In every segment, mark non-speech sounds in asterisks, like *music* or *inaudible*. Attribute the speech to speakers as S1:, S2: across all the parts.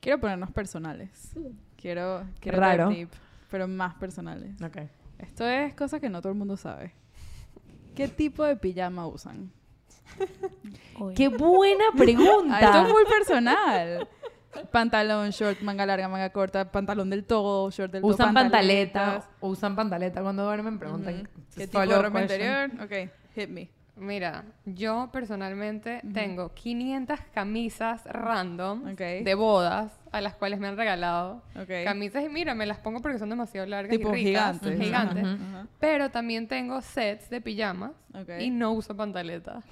S1: Quiero ponernos personales. Quiero, quiero
S2: Raro.
S1: dar tip, pero más personales.
S2: Ok.
S1: Esto es cosa que no todo el mundo sabe. ¿Qué tipo de pijama usan?
S2: ¡Qué buena *laughs* pregunta!
S1: Ah, esto es muy personal. Pantalón, short, manga larga, manga corta, pantalón del todo, short del todo.
S3: Usan pantaleta,
S1: pantaletas.
S3: usan pantaleta cuando duermen, preguntan.
S1: Ujú. ¿Qué tipo
S3: follow
S1: de ropa
S3: question.
S1: interior? Ok, hit me.
S4: Mira, yo personalmente tengo 500 camisas random
S1: Ok.
S4: de bodas a las cuales me han regalado.
S1: Ok.
S4: Camisas y mira, me las pongo porque son demasiado largas
S1: Tipo
S4: y ricas,
S1: gigantes.
S4: gigantes.
S1: Ujú, ujú.
S4: Pero también tengo sets de pijamas
S1: Ok.
S4: y no uso pantaleta.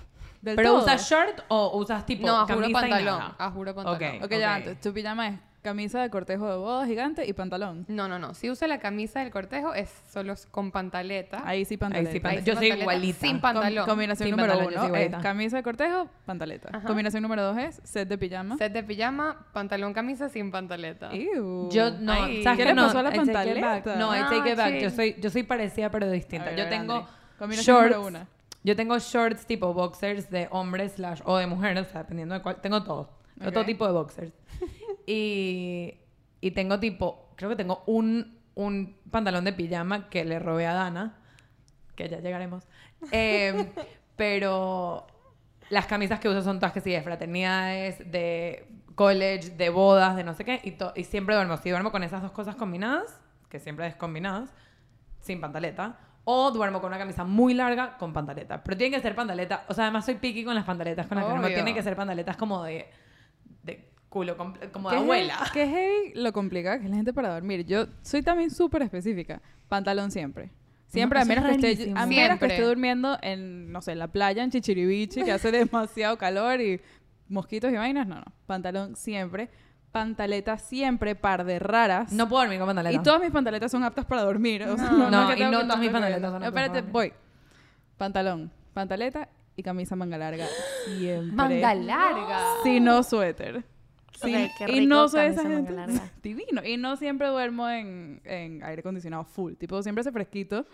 S1: Del
S2: ¿Pero
S1: todo.
S2: usas short o usas tipo
S4: no, a juro
S2: camisa y
S4: pantalón,
S2: nada?
S4: a juro pantalón.
S1: Ok, ya
S2: Ok.
S1: antes. Tu pijama es camisa de cortejo de boda gigante y pantalón.
S4: No, no, no. Si uso la camisa del cortejo es solo con pantaleta.
S1: Ahí sí
S2: Ahí
S1: pantalón.
S2: sí,
S4: Ahí
S2: pantalón.
S4: sí,
S2: Yo soy
S4: pantaleta,
S2: igualita.
S4: Sin pantalón.
S1: combinación
S2: Sin
S1: número
S2: pantalón, yo soy
S1: uno es
S2: igualita.
S1: camisa de cortejo, pantaleta.
S4: Ajá.
S1: Combinación número dos es set de pijama.
S4: Set de pijama, pantalón, camisa sin pantaleta.
S1: Ew.
S2: Yo no,
S4: Ay.
S2: ¿sabes
S1: ¿Qué
S2: que
S1: le
S2: no?
S1: pasó a la
S2: I take it
S1: pantaleta?
S2: back. No, I
S4: No,
S2: take it back. Yo
S4: chill.
S2: soy, yo soy parecida pero distinta.
S1: A ver, a
S2: yo
S1: ver,
S2: tengo
S1: Andri. Combinación
S2: shorts.
S1: número una.
S2: Yo tengo shorts tipo boxers de hombres slash o de mujeres, o sea, dependiendo de cuál. Tengo todo. Tengo todo
S1: Ok.
S2: tipo de boxers. y, y tengo tipo, creo que tengo un, un pantalón de pijama que le robé a Dana, que ya llegaremos. Eh, pero las camisas que uso son todas que sí, de fraternidades, de college, de bodas, de no sé qué, y, to- y siempre duermo. Si duermo con esas dos cosas combinadas, que siempre es combinadas, sin pantaleta, o duermo con una camisa muy larga con pantaleta. Pero tiene que ser pantaleta, o sea, además soy picky con las pantaletas con las que
S4: Obvio.
S2: no tiene que ser pantaletas como de, de culo, comple- como de
S1: Qué
S2: abuela.
S1: heavy- Qué heavy lo complicada que es la gente para dormir. Yo soy también súper específica. Pantalón siempre. Siempre,
S2: No,
S1: a
S2: eso es
S1: menos, que esté,
S2: rarísimo.
S1: a menos que
S4: Siempre.
S1: esté durmiendo en, no sé, la playa, en Chichiribichi, que
S2: *laughs*
S1: hace demasiado calor y mosquitos y vainas. No, no. Pantalón siempre. Pantaleta siempre, par de raras.
S2: No puedo dormir con pantaleta.
S1: y todas mis pantaletas son aptas para dormir. o sea,
S4: No.
S1: es
S2: No,
S1: que
S2: y
S1: tengo
S2: no
S1: que-
S2: todas mis pantaletas son aptas para
S1: Espérate,
S2: dormir.
S1: voy. Pantalón, pantaleta y camisa manga larga. Siempre.
S4: *laughs* Manga larga.
S1: Si no suéter.
S5: Ok,
S1: Sí,
S5: qué
S1: y
S5: rico
S1: no soy
S5: camisa
S1: esa
S5: manga
S1: gente.
S5: larga.
S1: *laughs* Divino. Y no siempre duermo en, en aire acondicionado full. Tipo, siempre hace fresquito.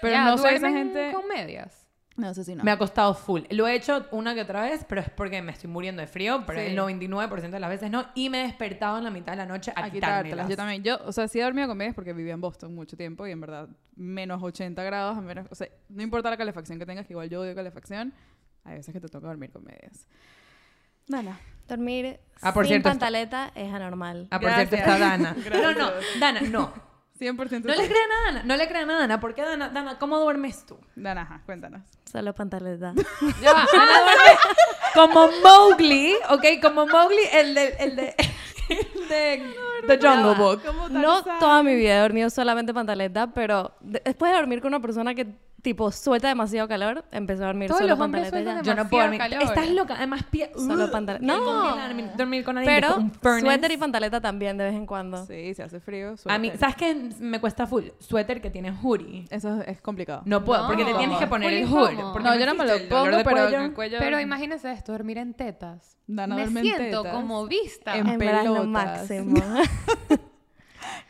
S1: Pero
S4: Ya,
S1: no soy esa
S4: ¿duermen
S1: gente.
S4: con medias.
S1: No, eso sí no.
S2: Me ha costado full. Lo he hecho una que otra vez, pero es porque me estoy muriendo de frío, pero
S1: Sí.
S2: el 99% de las veces no. Y me he despertado en la mitad de la noche a,
S1: a quitártelas.
S2: quitármelas.
S1: Yo también. Yo, o sea, sí he dormido con medias porque vivía en Boston mucho tiempo y en verdad, menos 80 grados, a menos. O sea, no importa la calefacción que tengas, que igual yo odio calefacción. Hay veces que te toca dormir con medias. Nada.
S5: Dormir
S2: Ah, por
S5: sin
S2: cierto, está-
S5: pantaleta es anormal.
S2: Ah, por cierto,
S1: Gracias.
S2: está Dana. No,
S1: Gracias.
S2: no, Dana, no.
S1: 100%
S2: No le crean a Dana, no le crean a Dana. ¿Por qué Dana? Dana, ¿cómo duermes tú?
S1: Dan, ajá, cuéntanos.
S5: Solo pantaleta.
S4: *laughs*
S2: Ya va, Dana duerme como Mowgli, ¿ok? Como Mowgli, el de... El de, *laughs* el de The Jungle Book.
S5: No toda mi vida he dormido solamente pantaleta, pero de- después de dormir con una persona que tipo suelta demasiado calor, empecé a dormir
S4: Todos
S5: solo
S4: los hombres
S5: pantaleta ya.
S4: sueltan
S2: Yo no puedo dormir.
S4: Demasiado calor.
S2: Estás loca. Además, pie...
S5: Solo
S2: Uh,
S5: pantaleta.
S2: ¿quién
S5: No.
S2: conviene Dormir con alguien que es
S5: Pero
S2: un furnace?
S5: suéter y pantaleta también de vez en cuando.
S1: Sí, se hace frío.
S2: A mí,
S1: suéter.
S2: ¿sabes qué me cuesta full? Suéter que tiene hoodie.
S1: Eso es- es complicado.
S2: No puedo,
S4: No.
S2: porque te tienes que poner
S4: Full
S2: el
S4: incómodo.
S2: hood. porque
S1: No, yo no me lo
S2: existe el dolor
S1: pongo,
S2: de
S1: pero
S2: cuello.
S1: en el cuello.
S4: Pero imagínense esto, dormir en tetas.
S1: Dan a
S4: me
S1: dormir en
S4: siento
S1: tetas.
S4: como vista.
S1: En
S5: En verdad es lo
S1: pelotas.
S5: máximo. *laughs*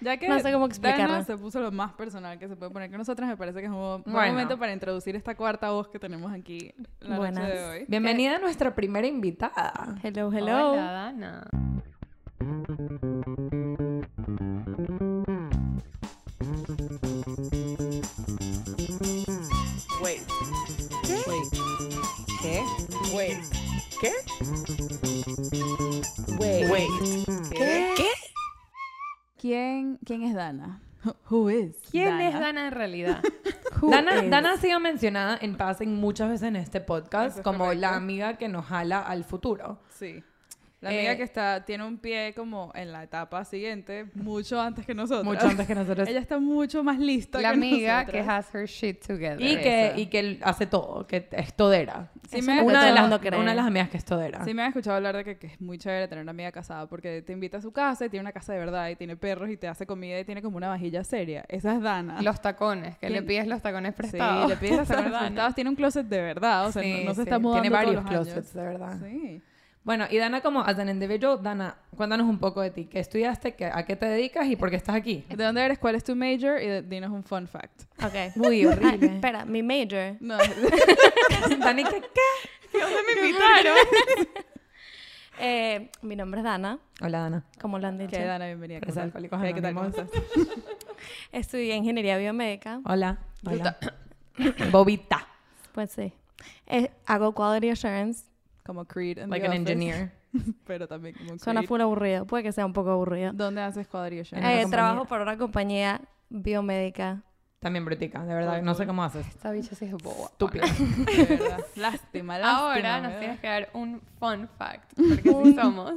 S1: Ya que
S5: No sé cómo explicarlo.
S1: Dana se puso lo más personal que se puede poner con nosotras, me parece que es un buen
S2: Bueno.
S1: momento para introducir esta cuarta voz que tenemos aquí la
S5: Buenas.
S1: noche de hoy.
S2: Bienvenida a nuestra primera invitada.
S5: hello, hello.
S4: Hola, Dana.
S2: Wait. ¿Qué? ¿Qué? Wait. ¿Qué? Wait. ¿Qué?
S1: ¿Quién, quién es Dana? *laughs* Who is?
S4: ¿Quién es Dana en realidad?
S1: Who
S2: Dana,
S1: is?
S2: Dana ha sido mencionada en passing muchas veces en este podcast
S1: Eso es
S2: como
S1: correcto.
S2: la amiga que nos jala al futuro.
S1: Sí. La amiga
S2: Eh,
S1: que está tiene un pie como en la etapa siguiente, mucho antes que nosotros. *laughs*
S2: Mucho antes que nosotros.
S1: Ella está mucho más lista
S4: La
S1: que
S4: amiga que
S1: nosotras.
S4: has her shit together.
S2: Y que,
S4: Eso.
S2: y que hace todo, que es todera.
S1: Sí
S5: Eso
S1: me-
S5: es lo que
S2: una,
S5: todo
S2: de
S5: el
S2: las,
S5: mundo cree.
S2: una de las amigas que es todera.
S1: Sí me han escuchado hablar de que, que es muy chévere tener una amiga casada porque te invita a su casa y tiene una casa de verdad y tiene perros y te hace comida y tiene como una vajilla seria. Esa es Dana.
S4: Los tacones, que le
S1: ¿Quién?
S4: pides los tacones
S1: sí,
S4: prestados.
S1: le
S4: *laughs*
S1: pides las
S4: Esa es
S1: semanas
S4: Dana.
S1: prestadas. Tiene un closet de verdad, o sea, no,
S2: Sí,
S1: no se
S2: sí.
S1: está mudando
S2: Tiene
S1: todos
S2: varios
S1: los
S2: closets,
S1: años.
S2: de verdad.
S1: Sí.
S2: Bueno, y Dana, como as an individual, Dana, cuéntanos un poco de ti. ¿Qué estudiaste? ¿Qué- ¿A qué te dedicas? ¿Y por qué
S1: *laughs*
S2: estás aquí?
S1: ¿De dónde eres? ¿Cuál es tu major? Y de- dinos un fun fact.
S5: Ok.
S2: Muy horrible.
S5: Ah, espera, mi major.
S1: *laughs* No,
S2: Dani, ¿qué? qué?
S1: me invitaron?
S5: Eh, mi nombre es Dana,
S2: Hola, Dana.
S5: como lo han dicho.
S1: ¿Qué tal, Dana? Bienvenida. ¿Cómo
S2: Presa
S1: estás?
S2: de Alcohólicos
S1: ¿Qué, qué tal? ¿Cómo
S2: Anónimos.
S1: estás?
S5: Estudié ingeniería biomédica.
S2: Hola. Hola. *coughs* Bobita.
S5: Pues sí. Eh, hago quality assurance.
S1: Como Creed and
S2: Like
S1: the
S2: an
S1: Office,
S2: engineer.
S1: Pero también como Creed.
S5: Suena full aburrido. Puede que sea un poco aburrido.
S1: ¿Dónde haces cuadrillo?
S2: En una
S5: Eh,
S2: compañía.
S5: trabajo para una compañía biomédica.
S2: También brutica, de verdad. No sé cómo haces.
S4: Esta bicha sí es boba.
S2: Estúpida.
S1: De verdad.
S4: *laughs*
S1: Lástima, lástima.
S4: Ahora nos
S1: ¿verdad?
S4: tienes que dar un fun fact, porque así somos.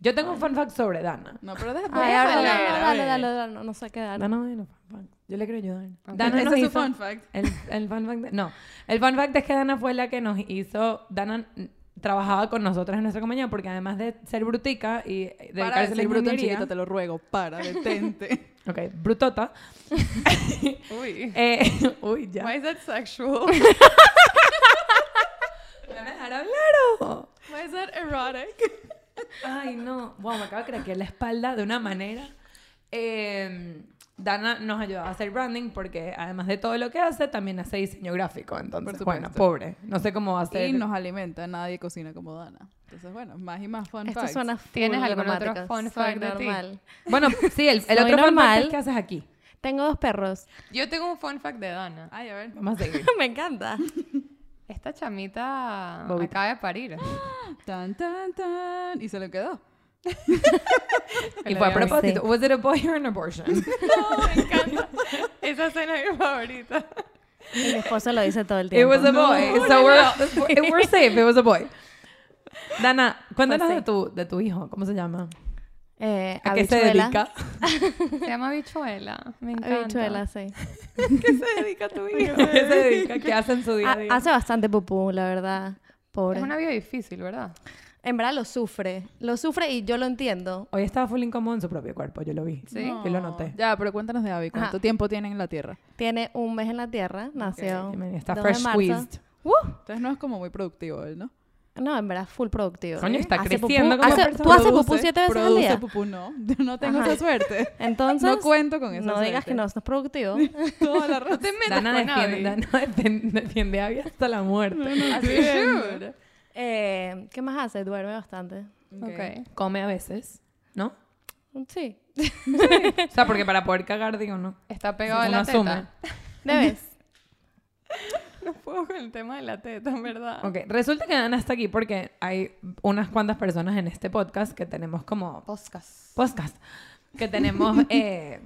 S2: Yo tengo un fun fact sobre Dana.
S1: No, pero déjame.
S5: Ay,
S4: déjala,
S5: ahora dale,
S4: déjala,
S5: dale, dale, dale, dale, no, no sé qué dar.
S2: Dana, bueno, fun fact. Yo le creo yo a Dana.
S4: Ok.
S1: Ese
S2: Dana nos
S1: es su
S2: hizo-
S1: fun fact.
S2: El, el fun fact. de- no. El fun fact es que Dana fue la que nos hizo. Dana mm, trabajaba con nosotras en nuestra compañía porque además de ser brutica y eh,
S1: Para de
S2: dedicarse a la
S1: ser bruto en
S2: ingeniería.
S1: chiquito, te lo ruego. Para, detente.
S2: Ok, brutota. *laughs*
S4: Uy.
S2: eh, uy, ya.
S4: Why is that sexual?
S2: ¿Me van a dejar hablar o?
S4: Why is that erotic?
S2: Ay, no. Wow, me acabo de craquear la espalda de una manera. Eh, Dana nos ayudaba a hacer branding porque además de todo lo que hace, también hace diseño gráfico. Entonces,
S1: supuesto.
S2: bueno, pobre. No sé cómo hacer.
S1: y nos alimenta. Nadie cocina como Dana. Entonces, bueno, más y más fun
S5: Esto
S1: facts.
S5: suena full
S4: ¿Tienes algún otro
S5: dramático.
S4: fun
S5: Soy
S4: fact de ti?
S5: normal.
S2: Bueno, sí, el, el
S5: Soy
S2: otro normal.
S5: normal.
S2: es que haces aquí.
S5: Tengo dos perros.
S4: Yo tengo un fun fact de Dana.
S1: Ay, a ver.
S2: Vamos
S1: *laughs*
S2: a seguir.
S5: *laughs* Me encanta.
S4: Esta chamita
S2: Bobita.
S4: acaba de parir.
S1: Tan, tan, tan. Y se lo quedó.
S2: y fue a
S4: *laughs*
S5: Pues sí.
S2: propósito. ¿Was it a boy or an abortion?
S1: *laughs*
S4: Oh, Me encanta. Esa escena es mi favorita.
S5: Mi esposo lo dice todo el
S2: It
S5: tiempo.
S2: was a boy. so *laughs* we're, we're safe. It was a boy. Dana, cuéntanos
S1: Pues
S5: sí.
S2: de, tu, de tu hijo. ¿Cómo se llama?
S5: Eh,
S2: ¿A qué se
S5: habichuela.
S2: dedica? *laughs*
S4: Se llama Bichuela. Me encanta.
S5: Habichuela, sí.
S2: ¿A
S5: *laughs*
S2: qué se dedica? ¿Qué hace en su día *laughs* a
S5: Ha-
S2: día?
S5: hace bastante pupú, la verdad. Pobre.
S4: Es una vida difícil,
S5: *laughs*
S4: ¿verdad?
S5: En verdad lo sufre. Lo sufre y yo lo entiendo.
S2: Hoy estaba full incómodo en su propio cuerpo. Yo lo vi.
S4: Sí.
S2: Yo lo noté.
S1: Ya, pero cuéntanos de Abby. ¿Cuánto
S5: Ajá.
S1: tiempo tienen en la Tierra?
S5: Tiene un mes en la tierra. Nació.
S2: Bienvenida. Está
S5: 2 de
S2: fresh
S5: marzo. ¡Uh!
S2: squeezed.
S1: Entonces no es como muy productivo él, ¿no?
S5: No, en verdad, full productivo.
S2: Coño, está
S5: Hace pupú-
S2: creciendo como
S5: hace-
S2: persona.
S5: Tú haces pupú
S1: Produce-
S5: siete veces al
S1: produce
S5: día.
S1: pupú, no. *laughs* Yo no tengo
S5: Ajá.
S1: esa
S5: *laughs*
S1: suerte.
S5: Entonces,
S1: No cuento con esa
S5: no digas
S1: suerte.
S5: que no es
S2: *laughs*
S5: productivo.
S1: Toda la razón.
S2: Dana
S4: con
S2: defiende,
S4: Abby.
S2: Dana defiende, *laughs* defiende a Abby hasta la muerte.
S5: Ah,
S4: *laughs*
S1: Dude.
S5: Eh, ¿Qué más hace? Duerme bastante.
S1: Ok.
S4: Ok.
S2: Come a veces, ¿no?
S5: Sí.
S2: O sea, porque para poder cagar, digo, no.
S4: Está pegado a
S2: Uno
S4: la
S2: asume.
S4: teta.
S2: *laughs*
S5: Debes.
S4: *laughs* No puedo con el tema de la teta, en verdad.
S2: Ok, resulta que Dana está aquí porque hay unas cuantas personas en este podcast que tenemos como...
S4: Podcast.
S2: Podcast. Que
S4: *laughs*
S2: tenemos eh,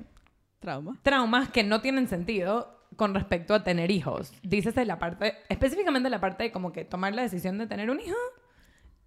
S1: Trauma.
S2: traumas que no tienen sentido con respecto a tener hijos. Dícese la parte... Específicamente la parte de como que tomar la decisión de tener un hijo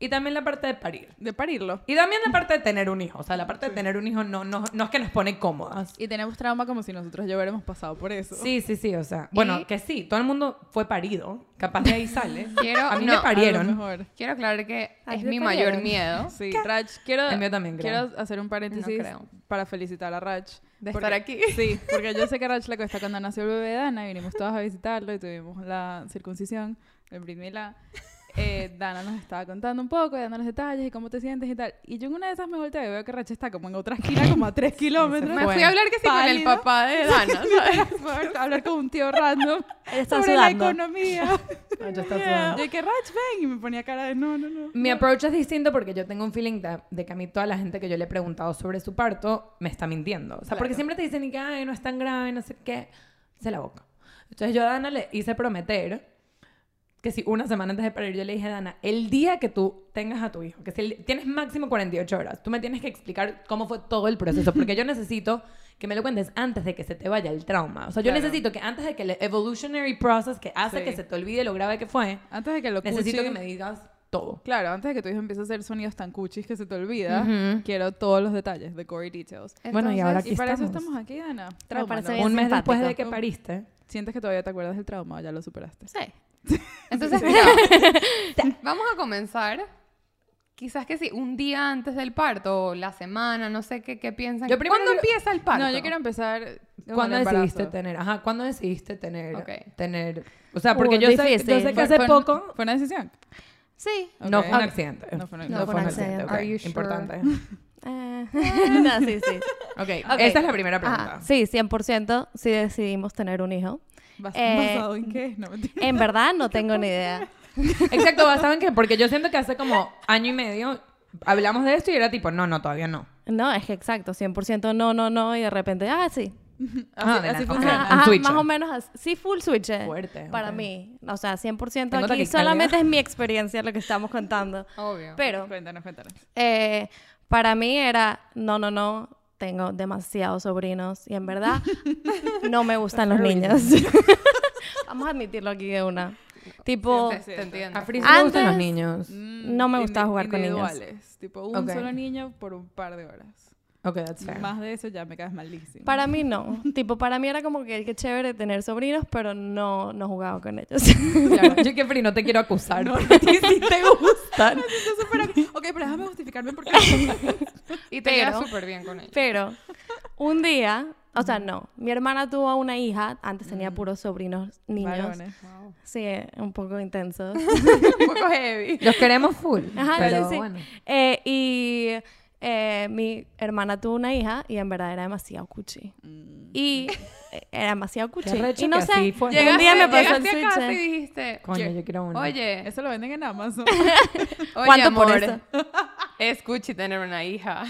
S2: y también la parte de parir.
S1: De parirlo.
S2: Y también la parte de tener un hijo. O sea, la parte de tener un hijo no, no, no es que nos pone cómodas.
S1: Y tenemos trauma como si nosotros ya hubiéramos pasado por eso.
S2: Sí, sí, sí, o sea, bueno,
S4: Y-
S2: que sí, todo el mundo fue parido, capaz de ahí sale.
S4: Quiero-
S2: a mí
S4: no,
S1: A
S2: me
S1: lo
S2: parieron.
S1: mejor.
S4: Quiero aclarar que
S5: Ay,
S4: es
S5: yo
S4: mi
S5: creo.
S4: mayor
S5: *laughs*
S4: miedo
S1: Sí, Rach, quiero,
S2: El mío también, creo.
S1: quiero hacer un paréntesis
S4: No creo.
S1: para felicitar a Rach.
S4: de
S1: porque-
S4: estar aquí.
S1: *laughs* Sí, porque yo sé que a Rach le cuesta cuando nació el bebé de Dana, vinimos todas a visitarlo y tuvimos la circuncisión, el primer y la... eh, Dana nos estaba contando un poco, y dando los detalles y cómo te sientes y tal. Y yo en una de esas me volteo y veo que Rach está como en otra esquina, como a tres kilómetros.
S4: Me fui a hablar que sí con el
S1: Pálida.
S4: papá de
S5: *laughs*
S4: Dana, ¿sabes?
S1: *laughs* Fue a hablar con un tío random
S5: Él está
S1: sobre la
S5: sudando.
S1: economía.
S2: No, yo estaba sudando.
S1: Yo que Rach, ven. Y me ponía cara de no, no, no.
S2: Mi approach es distinto porque yo tengo un feeling de, de que a mí toda la gente que yo le he preguntado sobre su parto me está mintiendo. O sea, porque siempre te dicen y que, ay, no es tan grave, no sé qué, se la boca. Entonces yo a Dana le hice prometer que si una semana antes de parir yo le dije, Dana, el día que tú tengas a tu hijo, que si el- tienes máximo 48 horas, tú me tienes que explicar cómo fue todo el proceso, porque yo necesito que me lo cuentes antes de que se te vaya el trauma. O sea, yo
S1: Claro.
S2: necesito que antes de que el evolutionary process que hace
S1: Sí.
S2: que se te olvide lo grave que fue,
S1: Antes de que lo
S2: necesito
S1: cuchi-
S2: que me digas todo.
S1: Claro, antes de que tu hijo empiece a hacer sonidos tan cuchis que se te olvida, quiero todos los detalles, the gory details.
S2: Bueno, y ahora
S1: y
S2: aquí
S1: para eso
S2: estamos.
S1: estamos aquí, Dana.
S5: Me parece
S1: Trauma,
S5: bien.
S2: Un mes después
S5: simpático.
S2: de que pariste.
S1: Sientes que todavía te acuerdas del trauma, o ya lo superaste.
S5: Sí.
S4: Entonces,
S2: *laughs*
S4: mira, vamos a comenzar. Quizás que sí, un día antes del parto o la semana, no sé qué, qué piensan.
S2: Yo primero
S4: ¿Cuándo
S2: lo-
S4: empieza el parto?
S1: No, yo quiero empezar. con
S2: ¿Cuándo
S1: el embarazo.
S2: decidiste tener? Ajá, ¿cuándo decidiste tener?
S4: Ok.
S2: tener o sea, porque
S5: Uh,
S2: yo, sé,
S5: difícil.
S2: yo sé que
S1: Fue-
S2: hace
S1: fue-
S2: poco...
S1: ¿Fue una decisión?
S5: Sí.
S2: No ah,
S1: Ok.
S2: fue un
S1: Ok.
S2: accidente.
S1: No fue una-
S5: No
S1: no
S5: fue un
S2: ok,
S4: accidente. Are you sure?
S2: Importante.
S5: Eh, *laughs* no, sí,
S2: *laughs*
S5: sí.
S2: ok, esa es la primera pregunta.
S5: Ajá, sí, 100% sí decidimos tener un hijo.
S1: Bas-
S5: Eh,
S1: ¿Basado en qué? No, mentira.
S2: *laughs*
S5: En verdad no tengo ni idea.
S2: Exacto, ¿saben qué? Porque yo siento que hace como año y medio hablamos de esto y era tipo, no, no, todavía no.
S5: No, es que exacto, 100% no, no, no, y de repente, ah, sí.
S2: Ajá, de
S1: así
S2: la-
S1: funciona.
S2: ok,
S5: Ajá,
S2: un
S5: ajá,
S2: switch.
S5: más o menos, así, sí, full switch. eh,
S2: Fuerte,
S5: Para
S2: ok.
S5: mí, o sea, 100%
S2: Tengo
S5: aquí
S2: taquicardia.
S5: solamente es mi experiencia lo que estamos
S2: *laughs*
S5: contando.
S4: Obvio.
S5: Pero
S1: Cuéntanos, cuéntanos.
S5: eh, para mí era, no, no, no, tengo demasiados sobrinos y
S2: *laughs*
S5: en verdad no me gustan los niños. Vamos a admitirlo aquí de una. Tipo,
S4: te, te entiendo.
S2: A Fris le gustan los
S5: Antes-
S2: niños.
S5: No me gustaba
S1: Mm, indi-
S5: jugar con niños.
S1: individuales. Tipo, un
S2: Ok.
S1: solo niño por un par de horas.
S2: Ok, that's fair.
S1: Más de eso ya me caes malísimo. *laughs*
S5: para mí no. Tipo, para mí era como que qué chévere tener sobrinos, pero no, no jugaba con ellos.
S2: Claro. *laughs* Yo que Fri, no te quiero acusar.
S1: *laughs*
S2: porque a ti sí te gustan.
S1: Entonces, *laughs* para- Ok, pero déjame justificarme *laughs* porque...
S4: Y te
S5: Pero-
S4: llevas súper bien con ella.
S5: Pero un día, o sea, no, mi hermana tuvo una hija, antes tenía puros sobrinos niños.
S1: Varones.
S5: Sí, un poco
S2: *laughs*
S5: intensos.
S4: Un poco heavy.
S2: Los queremos full.
S5: Ajá,
S2: pero
S5: sí, sí.
S2: bueno.
S5: Eh, y eh, mi hermana tuvo una hija y en verdad era demasiado cuchi. Y eh, era demasiado cuchi.
S2: arrecho
S5: Y no
S2: Mm. que
S5: sé,
S2: así fue.
S5: un día me pasó el
S4: llegaste a casa y
S5: switch. eh.
S4: dijiste,
S2: Coño, yo quiero uno.
S4: oye,
S1: Eso lo venden en
S2: *laughs*
S1: Amazon.
S4: Oye,
S5: ¿Cuánto por
S4: amor,
S5: eso?
S4: *laughs* es cuchi tener una *laughs* hija.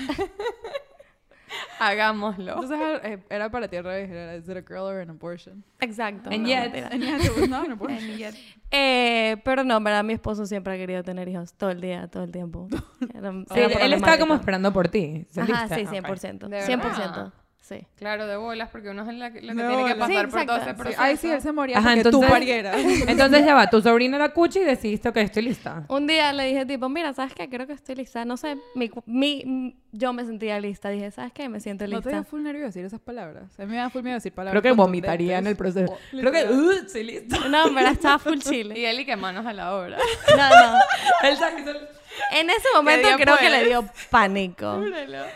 S4: Hagámoslo.
S1: Entonces al- eh, era para ti al revés. Era, is it a girl or an abortion?
S5: Exacto.
S2: And
S5: no,
S2: yet-
S4: *laughs*
S5: mentira.
S1: And yet it was not an abortion. *laughs*
S5: Eh, pero no, en verdad mi esposo siempre ha querido tener hijos todo el día, todo
S2: *laughs*
S5: el tiempo. Era-
S2: Sí,
S5: era
S2: él- él está como
S5: problemático.
S2: esperando por ti.
S5: Ajá,
S2: ¿Saliste?
S5: sí,
S2: Ok. Ah.
S5: 100%.
S4: ¿De verdad?
S5: 100%. Sí.
S4: Claro, de bolas, porque uno es la, que- la que
S1: De
S4: tiene que
S1: bolas.
S4: pasar
S5: Sí,
S4: por todo
S5: exacto.
S4: ese
S5: Sí,
S1: Sí,
S4: proceso.
S1: Ay, sí, él se moría
S2: Ajá,
S1: porque tú
S2: entonces- *laughs*
S1: parieras.
S2: Entonces ya va, tu sobrina era cuchi y decidiste, ok, estoy lista.
S5: Un día le dije tipo, mira, ¿sabes qué? Creo que estoy lista. No sé, mi, cu- mi- m- yo me sentía lista. Dije, ¿sabes qué? Me siento
S1: No te
S5: lista.
S1: dio full nervioso decir esas palabras. A mí me da full miedo decir palabras
S2: Creo que vomitaría en el proceso. Creo que,
S1: Oh, literal.
S2: uh, sí, listo.
S5: No, en verdad estaba full
S4: Y
S5: chile.
S4: él y que manos a la obra.
S5: No, no.
S2: Él sa- hizo el-
S5: En ese momento
S4: día
S5: creo que
S4: puedes?
S5: le dio pánico.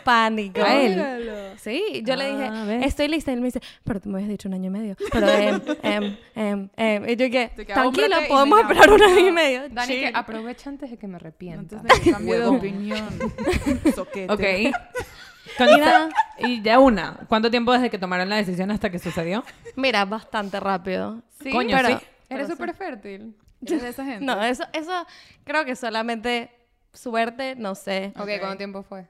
S5: Pánico.
S2: ¿A él?
S1: él.
S5: Sí, yo le dije,
S2: Ah, ¿ves?
S5: estoy lista. Y él me dice, pero tú me habías dicho un año y medio. Pero, em, em, em, em. Y yo dije,
S1: Te queda,
S5: tranquilo,
S1: "Ahómbrate y
S5: podemos
S1: venga".
S5: esperar un año y medio.
S4: *laughs* Dani, que
S5: Chill.
S4: aprovecha antes de que me arrepienta.
S1: Entonces
S2: *laughs*
S1: que cambio de opinión. Soquete.
S2: Ok. Con-
S5: Y nada.
S2: y ya una. ¿Cuánto tiempo desde que tomaron la decisión hasta que sucedió?
S5: Mira, bastante rápido.
S4: Sí,
S2: Coño,
S5: pero-
S2: sí.
S4: Eres súper fértil.
S1: ¿Eres de esa gente?
S5: No, eso, eso creo que solamente suerte, no sé.
S4: *laughs* Ok, ¿cuánto tiempo fue?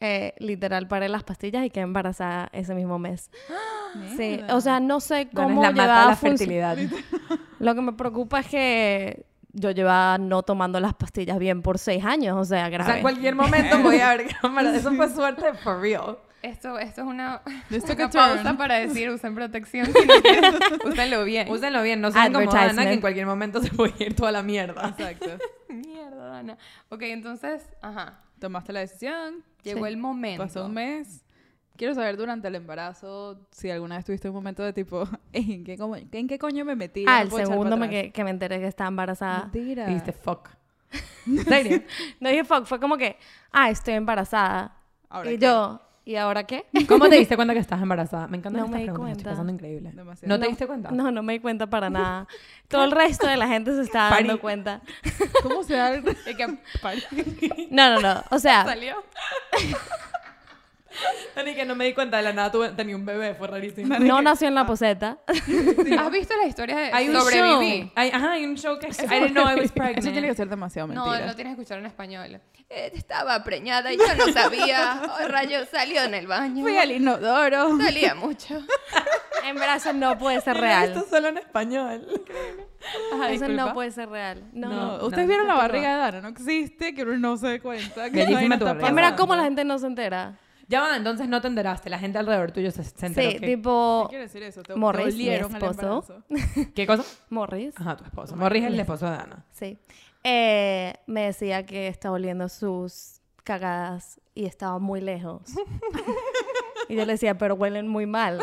S5: Eh, literal, paré las pastillas y quedé embarazada ese
S1: *gasps*
S5: mismo mes. Sí,
S1: Mierda.
S5: o sea, no sé
S2: Dana es
S5: cómo
S2: la mata a
S5: llevaba
S2: la
S5: func-
S2: fertilidad.
S5: *laughs* Lo que me preocupa es que yo llevaba no tomando las pastillas bien por seis años, o sea,
S2: O
S5: grave.
S2: sea, en cualquier momento voy a ver cámara. Eso fue suerte for real.
S4: Esto, esto es una,
S1: This took
S4: una
S1: a turn.
S4: pausa para decir usen *laughs* protección. si no quieren, Úsenlo bien.
S2: Úsenlo bien, no sean como
S5: Advertisement.
S2: Dana, que en cualquier momento se puede ir toda la mierda.
S1: Exacto.
S4: Mierda, Dana. Ok, entonces, ajá.
S1: Tomaste la decisión.
S4: Llegó el momento.
S1: Pasó un mes. Quiero saber durante el embarazo si alguna vez tuviste un momento de tipo, *laughs* ¿en qué, como- ¿en qué coño me metí?
S5: Ah,
S1: No
S5: el
S1: puedo echar
S5: segundo
S1: para
S5: me
S1: atrás.
S5: que, que me enteré que estaba embarazada.
S1: Mentira.
S2: Y dijiste, fuck.
S5: ¿En serio? *laughs* no dije fuck, fue como que, ah, estoy embarazada.
S1: Ahora
S5: y
S1: qué.
S5: yo, ¿y ahora qué?
S2: ¿Cómo te diste cuenta que estás embarazada? Me encantan
S5: No
S2: estas
S5: me di
S2: preguntas, la estoy
S5: cuenta.
S2: pasando increíble.
S1: Demasiado.
S2: ¿No te diste cuenta?
S5: *laughs* No, no me di cuenta para nada. Todo el resto de la gente se estaba
S2: Parí.
S5: dando cuenta.
S1: ¿Cómo se da el... *laughs*
S4: Y *laughs* que
S5: No, no, no. O *laughs* sea,
S4: salió.
S2: Dani, que no me di cuenta de la nada, tuve, tenía un bebé, fue rarísimo.
S5: no nació en la poseta.
S4: ¿Has visto las historias de
S2: Hay un show.
S4: sobreviví?
S2: Hay, ajá, hay un show que... I didn't know I was pregnant.
S1: Eso tiene que ser demasiado
S4: No,
S1: mentira.
S4: no tienes que escuchar en español. Eh, estaba preñada y yo
S1: *laughs*
S4: no sabía. Oh, rayo, salió en el baño.
S1: Fui al inodoro. *laughs*
S4: Salía mucho.
S5: *laughs* En brazo no puede ser
S2: Esto
S5: real.
S2: solo en español.
S5: Eso no
S2: disculpa.
S5: puede ser real. No.
S1: No,
S2: no,
S1: ustedes
S2: no,
S1: vieron
S2: no
S1: la
S2: te
S1: barriga de Dana, no existe, que uno no se dé cuenta. Que
S2: Bellísima
S1: ahí no está
S2: tu barriga.
S5: En
S1: pasando.
S5: verdad, ¿cómo la gente no se entera?
S2: Ya va, entonces no te enteraste. La gente alrededor tuyo se, se enteró.
S5: Sí,
S2: que-
S5: tipo...
S1: ¿Qué quiere decir eso? Te,
S5: Morris, mi
S1: te olieron al
S5: esposo.
S1: embarazo.
S2: ¿Qué cosa?
S5: Morris.
S2: Ajá, tu esposo. Morris es el esposo de Ana.
S5: Sí. Eh, me decía que estaba oliendo sus cagadas y estaba muy *laughs* lejos. Y yo le decía, pero huelen muy *laughs* mal.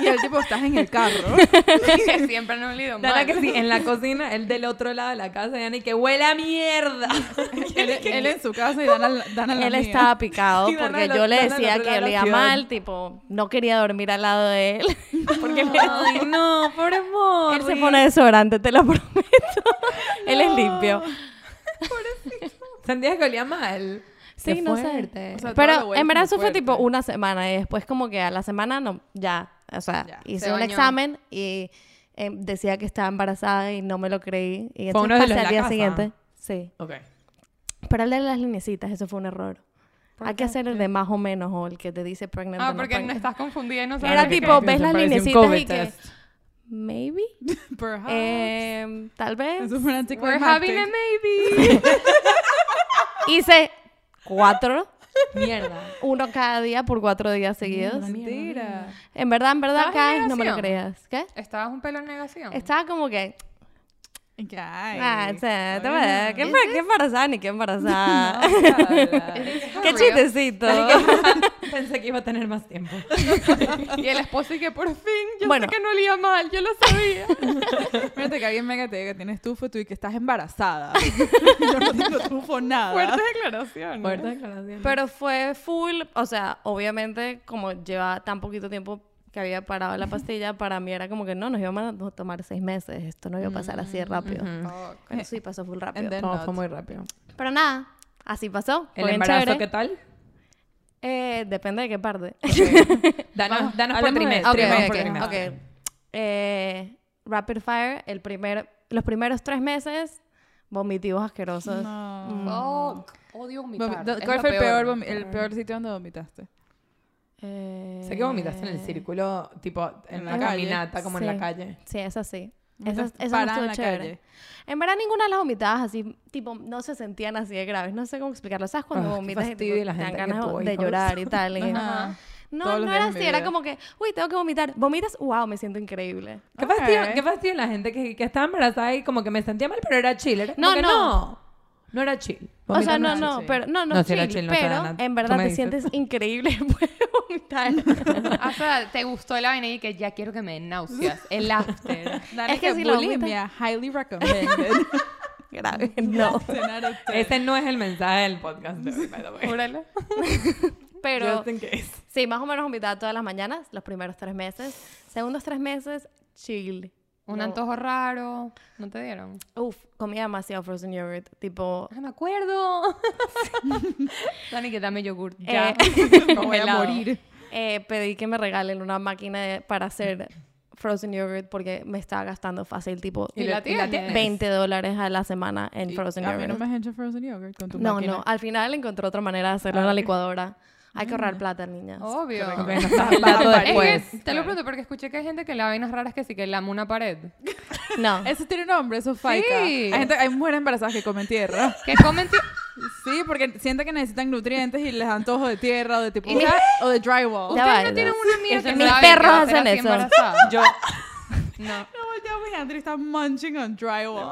S1: y el tipo, estás en el carro.
S4: *laughs* Siempre han olido
S2: Dana
S4: mal.
S2: que sí, en la cocina, él del otro lado de la casa de Ana y que huele a
S5: *laughs*
S2: mierda. *laughs*
S1: él, él en su casa y Dana, Dana en la
S5: Él
S1: mía. *laughs*
S5: estaba *laughs* picado
S2: Y Dana
S5: porque
S2: lo-
S5: yo le
S2: Dana lo
S5: decía
S2: trae
S5: que
S2: a la
S5: olía
S2: ciudad.
S5: mal, tipo, no quería dormir al lado de él. *laughs* Porque le-
S2: Ay, no, pobre Morris.
S5: él se pone desodorante, te lo *laughs* prometo. Él es limpio.
S2: Sentías que olía mal.
S5: Sí,
S2: Qué
S5: no sé.
S2: fuerte.
S1: O sea, todo lo
S5: Pero
S1: huele
S5: en verdad
S1: como
S5: eso fue
S1: fuerte.
S5: tipo una semana y después como que a la semana no, ya, o sea,
S1: Ya,
S5: hice
S4: se
S5: un
S4: bañó.
S5: examen y eh, decía que estaba embarazada y no me lo creí. Y entonces
S2: uno de los
S5: pasé
S2: de
S5: al
S2: la
S5: día
S2: casa.
S5: siguiente. Sí.
S2: Ok.
S5: Pero el de las linecitas, eso fue un error. Hay que hacer el de más o menos o el que te dice pregnant.
S4: Ah,
S5: o
S4: porque no
S5: pregnant.
S4: estás confundida y no sabes.
S5: Era
S4: qué-
S5: tipo,
S2: Entonces
S5: ves las
S2: parece un
S5: linecitas y
S2: COVID
S5: que...
S2: test.
S5: Maybe.
S1: Perhaps.
S5: em, tal
S1: *laughs*
S5: vez.
S1: Eso fue una
S4: We're having a
S1: anticlimáctica. *laughs*
S4: maybe.
S5: Hice cuatro.
S2: Mierda.
S5: Uno cada día por cuatro días seguidos.
S1: Mentira.
S5: En verdad, en verdad,
S4: ¿Estabas en
S5: cada vez no me lo
S4: negación?
S5: creías. ¿Qué?
S4: Estabas un pelo en negación.
S5: Estaba como que...
S1: Y que, ay,
S5: Ah, o sea, te
S1: ay,
S5: ves, ¿Qué, embar- qué embarazada ni qué *laughs* embarazada?
S1: habla.
S5: qué chistecito.
S2: *laughs*
S5: *laughs*
S2: Pensé que iba a tener más tiempo.
S4: Y el esposo
S1: *laughs*
S4: y que por fin, yo
S5: Bueno.
S4: sé que no olía mal, yo lo sabía.
S1: Fíjate que alguien mega te diga que tienes tufo tú y que estás
S4: *laughs*
S1: embarazada. Yo no tengo tufo nada.
S4: Fuertes declaraciones.
S2: Fuerte declaración.
S5: Pero fue full, o sea, obviamente como llevaba tan poquito tiempo que había parado la pastilla, para mí era como que no, nos íbamos a tomar seis meses, esto no iba a pasar así de rápido.
S1: Mm. Eh,
S4: Oh,
S1: *laughs*
S5: Pero sí, pasó full rápido.
S1: And then
S2: No,
S1: not.
S2: fue muy rápido.
S5: Pero nada, así pasó.
S2: ¿El
S5: fue bien
S2: embarazo
S5: chévere.
S2: qué tal?
S5: Eh, depende de qué parte.
S2: Danos, danos por
S1: hablemos de-
S2: trimestre.
S5: Ok,
S2: vamos
S5: ok,
S2: por
S5: ok.
S2: trimestre.
S5: Ok. Eh, rapid fire, el primer, los primeros tres meses, vomitivos asquerosos.
S1: No.
S4: Fuck. Odio vomitar.
S1: Vomi-
S4: Oh, Es
S1: ¿Cuál
S4: lo
S1: fue el peor,
S4: peor.
S1: vomi- el
S4: *laughs*
S1: peor sitio donde vomitaste?
S5: Eh,
S2: Sé que vomitaste en el círculo, tipo en
S1: En
S2: la
S1: la calle.
S2: caminata, como en
S5: Sí.
S2: la calle.
S5: Sí, eso sí. Eso,
S1: Entonces,
S5: eso no
S1: parada en
S5: estuvo
S1: la
S5: chévere.
S1: calle.
S5: En verdad ninguna de las vomitadas así, tipo, no se sentían así de graves. No sé cómo explicarlo. ¿Sabes cuando
S2: Ah, qué
S5: vomitas y
S2: fastidio
S5: tipo,
S2: y la
S5: te dan
S2: gente que
S5: ganas
S2: tuvo
S5: de
S2: hijos? *laughs*
S5: llorar y tal? y-
S1: Ajá.
S5: No,
S1: Todos los
S5: no
S1: días
S5: era
S1: de mi
S5: así. Era
S1: vida.
S5: como que, uy, tengo que vomitar. ¿Vomitas? ¡Wow! Me siento increíble.
S2: ¿Qué
S1: Ok.
S2: fastidio, qué fastidio la gente que, que estaba embarazada y como que me sentía mal, pero era chill. Era como
S5: No,
S2: que
S5: no.
S2: no. No era chill.
S5: O sea,
S2: Vomitar
S5: no,
S2: era
S5: no,
S1: sí.
S5: pero no, no,
S2: No,
S5: es
S2: sí era
S5: chill,
S2: chill, no estaba
S5: pero
S2: nada.
S5: en
S2: Tú
S5: verdad
S2: me
S5: te
S2: dices.
S5: sientes increíble *laughs* después de
S2: *laughs*
S5: vomitar.
S4: Ah, O sea, te gustó la vaina y que ya quiero que me dé náuseas.
S1: *laughs*
S4: El after.
S1: Dale
S5: Es que si lo vomitas-
S1: bulimia, highly
S4: *laughs*
S1: recommended.
S5: Grave, no.
S1: Cenar usted.
S4: Este
S2: Ese no es el mensaje del podcast de hoy, by the way.
S4: Júralo.
S5: *laughs* Pero
S2: Just in case.
S5: sí, más o menos vomitar todas las mañanas, los primeros tres meses. Segundos tres meses, chill.
S4: *laughs* Un
S5: No.
S4: antojo raro. ¿No te dieron?
S5: Uf, comía demasiado frozen yogurt. Tipo,
S4: Ah, me acuerdo. Dani, que dame yogur. *laughs* Ya.
S5: Eh. *laughs*
S4: me voy a
S5: Helado.
S4: morir.
S5: eh, pedí que me regalen una máquina de- para hacer frozen yogurt porque me estaba gastando fácil, tipo,
S4: ¿Y la tienes?
S5: 20 dólares a la semana en
S1: Y-
S5: frozen
S1: A mí no
S5: yogurt.
S1: me has hecho frozen yogurt con tu
S5: No,
S1: máquina.
S5: no, al final encontré otra manera de hacerlo en la licuadora. Hay que ahorrar plata, niñas.
S4: Obvio.
S2: Ok,
S1: *laughs*
S2: nos das el dato
S4: Es que *laughs*
S2: después.
S4: te lo pregunto porque escuché que hay gente que la vainas raras que sí que lama una pared.
S5: No.
S1: Eso tiene nombre, eso es faica.
S4: Sí.
S1: Hay, gente, hay mujeres embarazadas que comen tierra.
S4: Que comen *laughs* ti-
S1: Sí, porque sienten que necesitan nutrientes y les dan antojo de tierra o de tipo
S4: Y mira-
S1: o de drywall.
S5: Ya
S4: Ustedes
S5: vainas.
S4: no tienen una amiga
S2: Eso
S4: que
S2: es-
S5: Mis
S4: sabe que
S5: perros
S4: va a ser
S5: hacen
S4: así
S5: eso.
S4: embarazada?
S5: *laughs*
S2: Yo, *laughs*
S4: No.
S1: No, volteamos y Andrew está munching on drywall.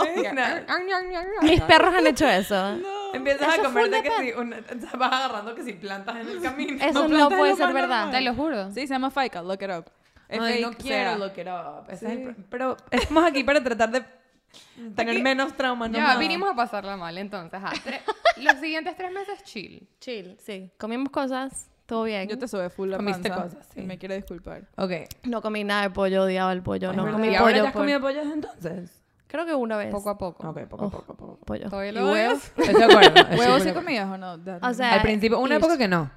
S5: Mis perros han hecho eso.
S2: empiezas
S5: Eso
S2: a
S5: fue
S2: comerte
S5: una
S2: que
S5: pa-
S2: si una- o sea, vas agarrando que si plantas en el camino.
S5: Eso
S1: plantas
S5: no
S1: es
S5: puede
S1: lo
S5: ser
S1: más
S5: verdad.
S4: Te lo juro.
S1: Sí, se llama faica, look it up. Es
S2: Ay, no
S1: fake,
S2: quiero
S1: será.
S2: look it up. Ese es el pro- pero estamos aquí para tratar de tener menos trauma, ¿no?
S4: Ya,
S2: más.
S4: vinimos a pasarla mal, entonces. ajá. Tre- Los siguientes tres meses, chill.
S5: Chill, sí. Comimos cosas, todo bien.
S1: Yo te sube full la
S2: Comiste
S1: panza.
S2: cosas, sí.
S1: y Me quiero disculpar.
S2: Ok.
S5: No comí nada de pollo, odiaba el pollo. no
S2: Es
S5: comí
S2: verdad. ¿Y ahora ya
S5: pollo.
S2: has
S1: pues.
S5: por-
S2: comido pollo desde entonces?
S5: Creo que una vez.
S4: Poco a poco.
S2: Ok, poco a
S5: Uf.
S2: poco, poco.
S5: Pollo.
S4: ¿Todavía
S1: ¿Y
S4: lo
S1: huevos?
S4: odias?
S2: Estoy de acuerdo. estoy
S1: ¿Huevos
S2: full
S1: sí
S2: de acuerdo.
S1: comías o no? Dani?
S5: O sea,
S2: Al principio, una
S5: ish.
S2: época que no.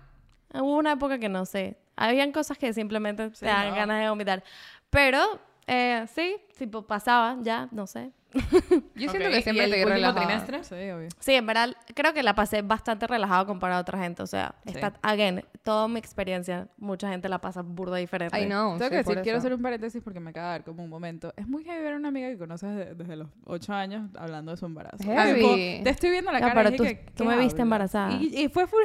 S5: Hubo una época que no sé. Habían cosas que simplemente te dan ganas de vomitar. Pero, eh, sí, tipo, pasaba ya, no sé.
S4: Yo
S2: Ok,
S4: siento que siempre
S2: ¿y
S4: te
S2: el último
S4: relajada.
S2: trimestre?
S1: Sí, obvio.
S5: Sí, en verdad, creo que la pasé bastante relajado comparado a otra gente. O sea, está, again, toda mi experiencia, mucha gente la pasa burda diferente.
S4: Ay, no.
S1: Tengo
S4: sí,
S1: que decir,
S4: por
S1: quiero
S4: eso.
S1: hacer un paréntesis porque me acaba de dar como un momento. Es muy heavy ver a una amiga que conoces de- desde los 8 años hablando de su embarazo.
S4: Heavy.
S1: Tipo, te estoy viendo la
S5: Ya,
S1: cara
S5: pero
S1: y
S5: tú-
S1: dije,
S5: tú
S1: ¿qué
S5: me viste
S1: habla?
S5: embarazada.
S1: Y, y fue full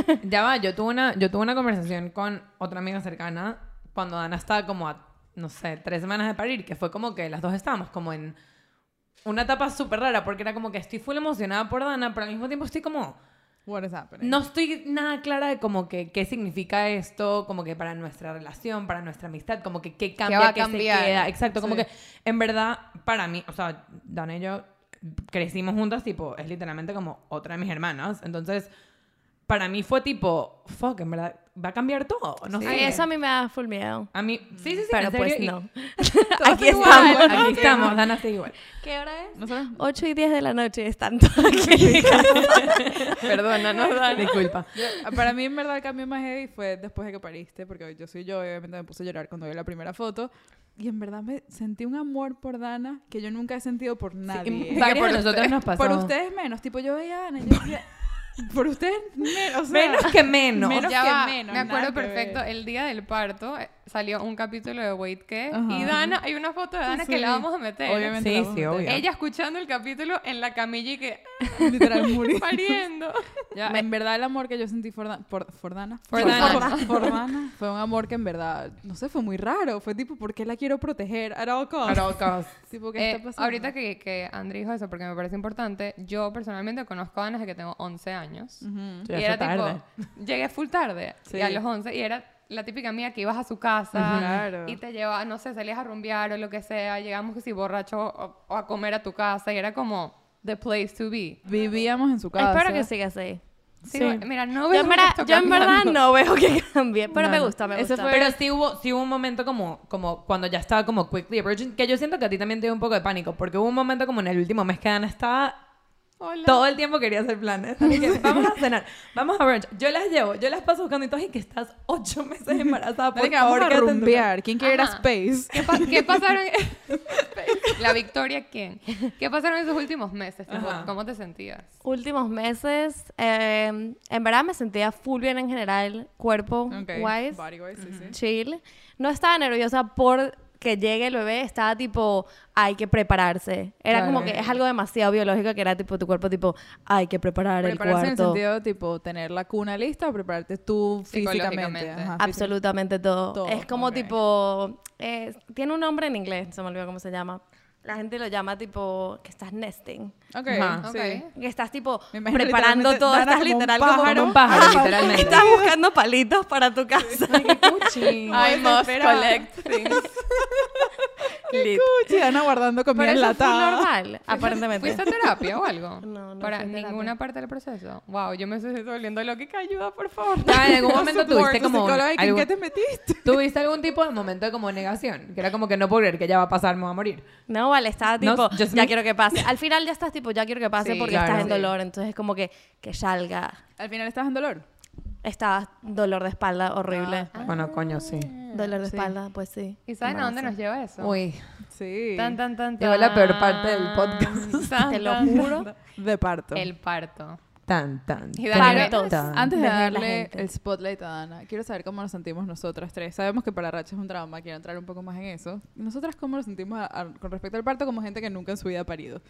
S1: heavy.
S2: Ya va, yo tuve, una, yo tuve una conversación con otra amiga cercana cuando Dana estaba como a, no sé, tres semanas de parir, que fue como que las dos estábamos como en una etapa súper rara, porque era como que estoy full emocionada por Dana, pero al mismo tiempo estoy como,
S1: What is happening?
S2: no estoy nada clara de como que qué significa esto, como que para nuestra relación, para nuestra amistad, como que qué cambia,
S4: va a
S2: qué se
S4: cambiar?
S2: queda. Exacto, como
S1: Sí.
S2: que en verdad, para mí, o sea, Dana y yo crecimos juntas, tipo, es literalmente como otra de mis hermanas. Entonces, para mí fue tipo, fuck, en verdad, va a cambiar todo. No
S5: Ay,
S2: sé.
S5: eso a mí me da full miedo.
S2: A mí, sí, sí, sí,
S5: Pero
S2: en serio,
S5: pues
S2: y- *laughs*
S5: no.
S2: todos
S5: Aquí
S2: igual,
S5: estamos.
S2: Aquí estamos, Dana sigue igual.
S5: ¿Qué hora es?
S1: Nosotros-
S5: 8 y 10 de la noche están todos
S2: *laughs*
S5: aquí.
S2: Perdona, no, Disculpa.
S1: yo- para mí, en verdad, el cambio más heavy fue después de que pariste, porque yo soy yo, y obviamente me puse a llorar cuando vi la primera foto. y en verdad me sentí un amor por Dana que yo nunca he sentido por nadie.
S2: Varios de nosotros nos *laughs*
S1: por
S2: pasó.
S1: ustedes menos, tipo yo veía a Dana, y yo
S5: *laughs*
S1: decía, por ustedes menos, o sea,
S2: Menos que
S4: *laughs*
S2: menos.
S1: menos
S4: Ya
S1: que
S4: va,
S1: menos,
S4: me acuerdo
S1: nada que
S4: perfecto,
S1: ver.
S4: el día del parto eh, salió un capítulo de Wait ¿Qué?
S1: Ajá.
S4: y Dana, hay una foto de Dana que la
S1: Sí.
S4: vamos a meter.
S1: Obviamente
S2: Sí,
S1: la vamos
S2: sí,
S1: a meter.
S2: obvio.
S4: Ella escuchando el capítulo en la camilla y que "Ah,
S1: literal *laughs* murió.
S4: pariendo.
S1: Ya, en verdad el amor que yo sentí por, Da- por, por Dana,
S4: Por
S1: por
S4: Dana.
S1: Dana- por Dana, fue un amor que en verdad, no sé, fue muy raro. Fue tipo, ¿por qué la quiero proteger? At all costs. *laughs* Tipo, ¿qué
S4: Eh,
S1: está pasando?
S4: ahorita que, que André dijo eso, porque me parece importante, yo personalmente conozco a Dana desde que tengo 11 años.
S1: Ujú.
S2: Ya
S4: y
S2: fue
S4: era
S2: tarde.
S4: tipo, llegué full tarde,
S1: Sí.
S4: y a los 11, y era la típica mía que ibas a su casa
S1: Claro.
S4: y te llevaba, no sé, salías a rumbear o lo que sea, llegamos que si borracho o, o a comer a tu casa, y era como the place to be.
S1: Vivíamos en su casa.
S5: Espero que siga así.
S4: Sí,
S1: Sí.
S4: Mira, no
S5: Yo
S4: veo
S5: en, verdad,
S4: esto
S5: yo en verdad
S4: cambiando.
S5: no veo que cambie, pero me
S1: No, no.
S5: gusta, me
S1: Ese
S5: gusta.
S1: fue-
S2: Pero sí hubo, sí hubo un momento como, como cuando ya estaba como quickly approaching, que yo siento que a ti también te dio un poco de pánico, porque hubo un momento como en el último mes que Dana estaba... Todo el tiempo quería hacer planes. Así que vamos a cenar, vamos a brunch. Yo las llevo, yo las paso buscando y todas y que estás ocho meses embarazada. Por
S1: Marica,
S2: favor,
S1: vamos a
S2: quédate en tu casa.
S1: rumbear. ¿Quién quiere ir a
S4: Ajá.
S1: Space?
S4: *laughs*
S1: *laughs*
S4: ¿Qué, pa- qué pasaron? *laughs* la victoria, ¿quién? ¿Qué pasaron esos últimos meses? Tipo,
S2: Ajá.
S4: ¿Cómo te sentías?
S5: Últimos meses, eh, en verdad me sentía full bien en general, cuerpo wise,
S1: Body-wise, sí, sí.
S5: chill. No estaba nerviosa por que llegue el bebé, estaba tipo, hay que prepararse. Era
S1: Claro.
S5: como que es algo demasiado biológico que era tipo tu cuerpo tipo, hay que preparar
S1: Prepararse en
S5: el
S1: el
S5: cuarto.
S1: sentido, tipo, tener la cuna lista o prepararte tú
S4: Psicológicamente.
S1: físicamente. Ajá,
S5: Absolutamente todo.
S1: Todo,
S5: Es como
S1: ok.
S5: tipo, eh, tiene un nombre en inglés, se me olvidó cómo se llama. La gente lo llama tipo que estás nesting,
S1: física- Ok,
S2: Ajá.
S1: sí.
S4: Ok.
S5: que estás tipo
S1: Me imagino
S5: preparando
S1: literalmente
S5: todo,
S1: Dana
S5: estás
S1: como un
S5: literal
S1: pájaro.
S5: como
S2: Un pájaro,
S5: Ajá.
S1: *laughs*
S2: literalmente.
S5: Estás buscando palitos para tu casa.
S4: I must
S1: desesperada.
S4: *laughs* collect things.
S5: Lit.
S1: Sí, Ana guardando comida
S5: Pero eso fue
S1: enlatada.
S5: *laughs* normal,
S4: ¿Fuiste
S5: aparentemente.
S4: a terapia o algo?
S5: No, no
S4: Para
S5: fui a terapia.
S4: ninguna parte del proceso. Wow, yo me estoy volviendo loca. Ayuda, por favor.
S2: *laughs* Ya, en
S1: *laughs*
S2: algún momento
S1: Support,
S2: tuviste como...
S1: psicóloga, ¿en
S2: algún-
S1: qué te
S2: *laughs*
S1: metiste?
S2: Tuviste algún tipo de momento de como negación, que era como que no puedo creer que ya va a pasar, me voy a morir.
S5: No, vale, estaba tipo,
S2: No,
S5: ya
S2: just me-
S5: quiero que pase. Al final ya estás tipo, ya quiero que pase
S4: Sí,
S5: porque
S2: claro.
S5: estás en
S2: Sí.
S5: dolor, entonces es como que que salga.
S1: Al final estás en dolor.
S5: Estabas dolor de espalda horrible.
S4: Ah.
S2: Bueno, coño, sí.
S5: Ah, Dolor de espalda, pues sí.
S4: ¿Y saben a dónde nos lleva eso?
S2: Uy,
S1: Sí.
S4: Tan, tan, tan,
S2: Llegó la peor parte del
S4: tan,
S2: podcast.
S4: tan,
S5: Te lo
S4: tan,
S5: juro.
S4: tan.
S1: De parto. Ah.
S4: El parto.
S2: tan, tan,
S4: Y
S2: tan,
S4: Dana-
S5: Partos.
S2: tan.
S1: Antes de
S5: Desde la
S1: darle
S5: gente.
S1: el spotlight a Dana, quiero saber cómo nos sentimos nosotras tres. Sabemos que para Racha es un trauma, quiero entrar un poco más en eso. Nosotras, ¿cómo nos sentimos a- a- con respecto al parto como gente que nunca en su vida ha parido?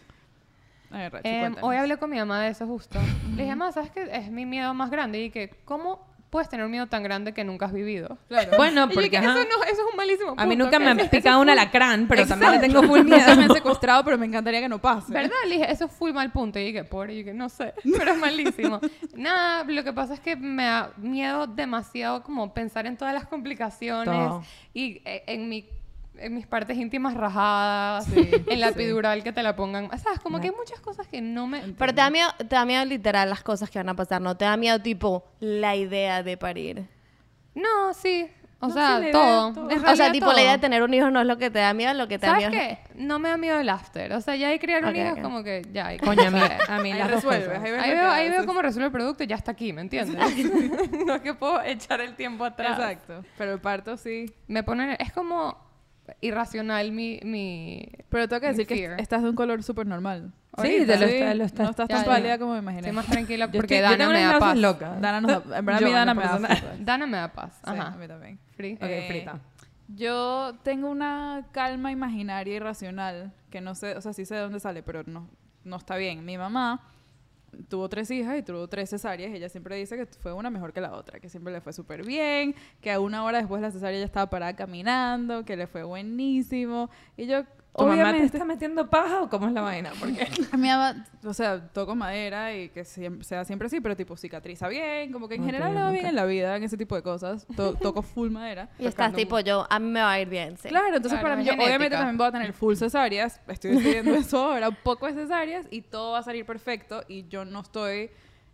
S1: A ver, Racha,
S4: Em,
S1: cuéntanos.
S4: hoy hablé con mi mamá de eso justo. Le dije, mamá, ¿sabes qué es mi miedo más grande? Y que, ¿cómo puedes tener un miedo tan grande que nunca has vivido?
S1: Claro.
S2: Bueno,
S4: Y yo,
S2: porque
S4: que
S2: ajá.
S4: eso, no, eso es un malísimo
S2: a mí
S4: punto,
S2: nunca
S4: que
S2: me
S4: eso-
S2: han
S4: eso es
S2: picado un
S4: full-
S2: alacrán, pero también le tengo
S1: Exacto.
S2: full miedo.
S1: *laughs* Nunca me han
S2: *laughs*
S1: secuestrado, pero me encantaría que no pase.
S4: ¿Verdad? Le dije, eso es full mal punto. Y dije, pobre, y yo que
S2: *laughs*
S4: no sé, pero es malísimo. Nada, lo que pasa es que me da miedo demasiado como pensar en todas las complicaciones
S2: Todo.
S4: y eh, en mi en mis partes íntimas rajadas,
S1: Sí,
S4: en la
S1: sí.
S4: epidural que te la pongan. ¿Sabes? Como que hay muchas cosas que no me...
S5: Pero te da, miedo, te da miedo literal las cosas que van a pasar, no te da miedo tipo la idea de parir.
S4: No, sí. O
S1: No,
S4: sea,
S1: sí, la idea,
S4: todo.
S1: todo.
S4: En
S1: O
S5: O sea,
S4: realidad,
S5: tipo la idea de
S4: todo.
S5: tener un hijo no es lo que te da miedo, lo que te da
S4: ¿Sabes
S5: miedo. es-
S4: qué? No me da miedo el after. O sea, ya ahí criar un
S5: Ok,
S4: hijo
S5: ok.
S4: es como que ya hay
S2: Coño, a mí, a mí
S1: Ahí
S2: las dos
S1: resuelves,
S2: cosas.
S1: ahí ves
S4: Ahí
S1: lo que
S4: veo, ahí
S1: haces.
S4: veo cómo resuelve el producto y ya está aquí, ¿me entiendes? no es que puedo echar el tiempo atrás.
S1: Exacto. Pero el parto sí.
S4: Me ponen, es como irracional mi, mi...
S1: Pero tengo que
S4: Mi
S1: decir que
S4: fear.
S1: estás de un color súper normal.
S2: Sí, te lo
S1: Sí,
S2: está- lo está-
S1: No estás
S4: Ya,
S1: tan
S4: ya.
S1: pálida como me imaginé. *laughs*
S4: Estoy más tranquila
S2: Yo
S4: porque
S2: estoy- yo
S4: Dana
S2: tengo
S4: me
S2: unas
S4: da
S2: náuseas
S4: paz.
S2: locas.
S1: Dana nos *laughs* da- en verdad a
S2: Yo,
S1: mí Dana
S2: en lo
S1: me da
S2: personal.
S1: full.
S4: Dana me da paz. Ajá.
S1: Sí, a mí también.
S4: Free.
S2: Ok, frita.
S1: Yo tengo una calma imaginaria irracional que no sé, o sea, sí sé de dónde sale, pero no, no está bien. Mi mamá tuvo tres hijas y tuvo tres cesáreas. Ella siempre dice que fue una mejor que la otra, que siempre le fue súper bien, que a una hora después de la cesárea ya estaba parada caminando, que le fue buenísimo. Y yo,
S2: ¿Tu mamá te
S1: obviamente,
S2: está metiendo paja o cómo es la vaina? Porque
S1: mi mamá, o sea, toco madera y que siempre, sea siempre así, pero tipo cicatriza bien, como que en
S2: Ok,
S1: general le va bien
S2: ok.
S1: en la vida, en ese tipo de cosas. To- toco full madera.
S5: Y estás
S1: tocando
S5: tipo yo, a mí me va a ir bien, sí.
S1: Claro, entonces
S4: Claro,
S1: para mí,
S4: es
S1: yo obviamente
S4: genética.
S1: también voy a tener full cesáreas, estoy decidiendo eso ahora, poco de cesáreas y todo va a salir perfecto y yo no estoy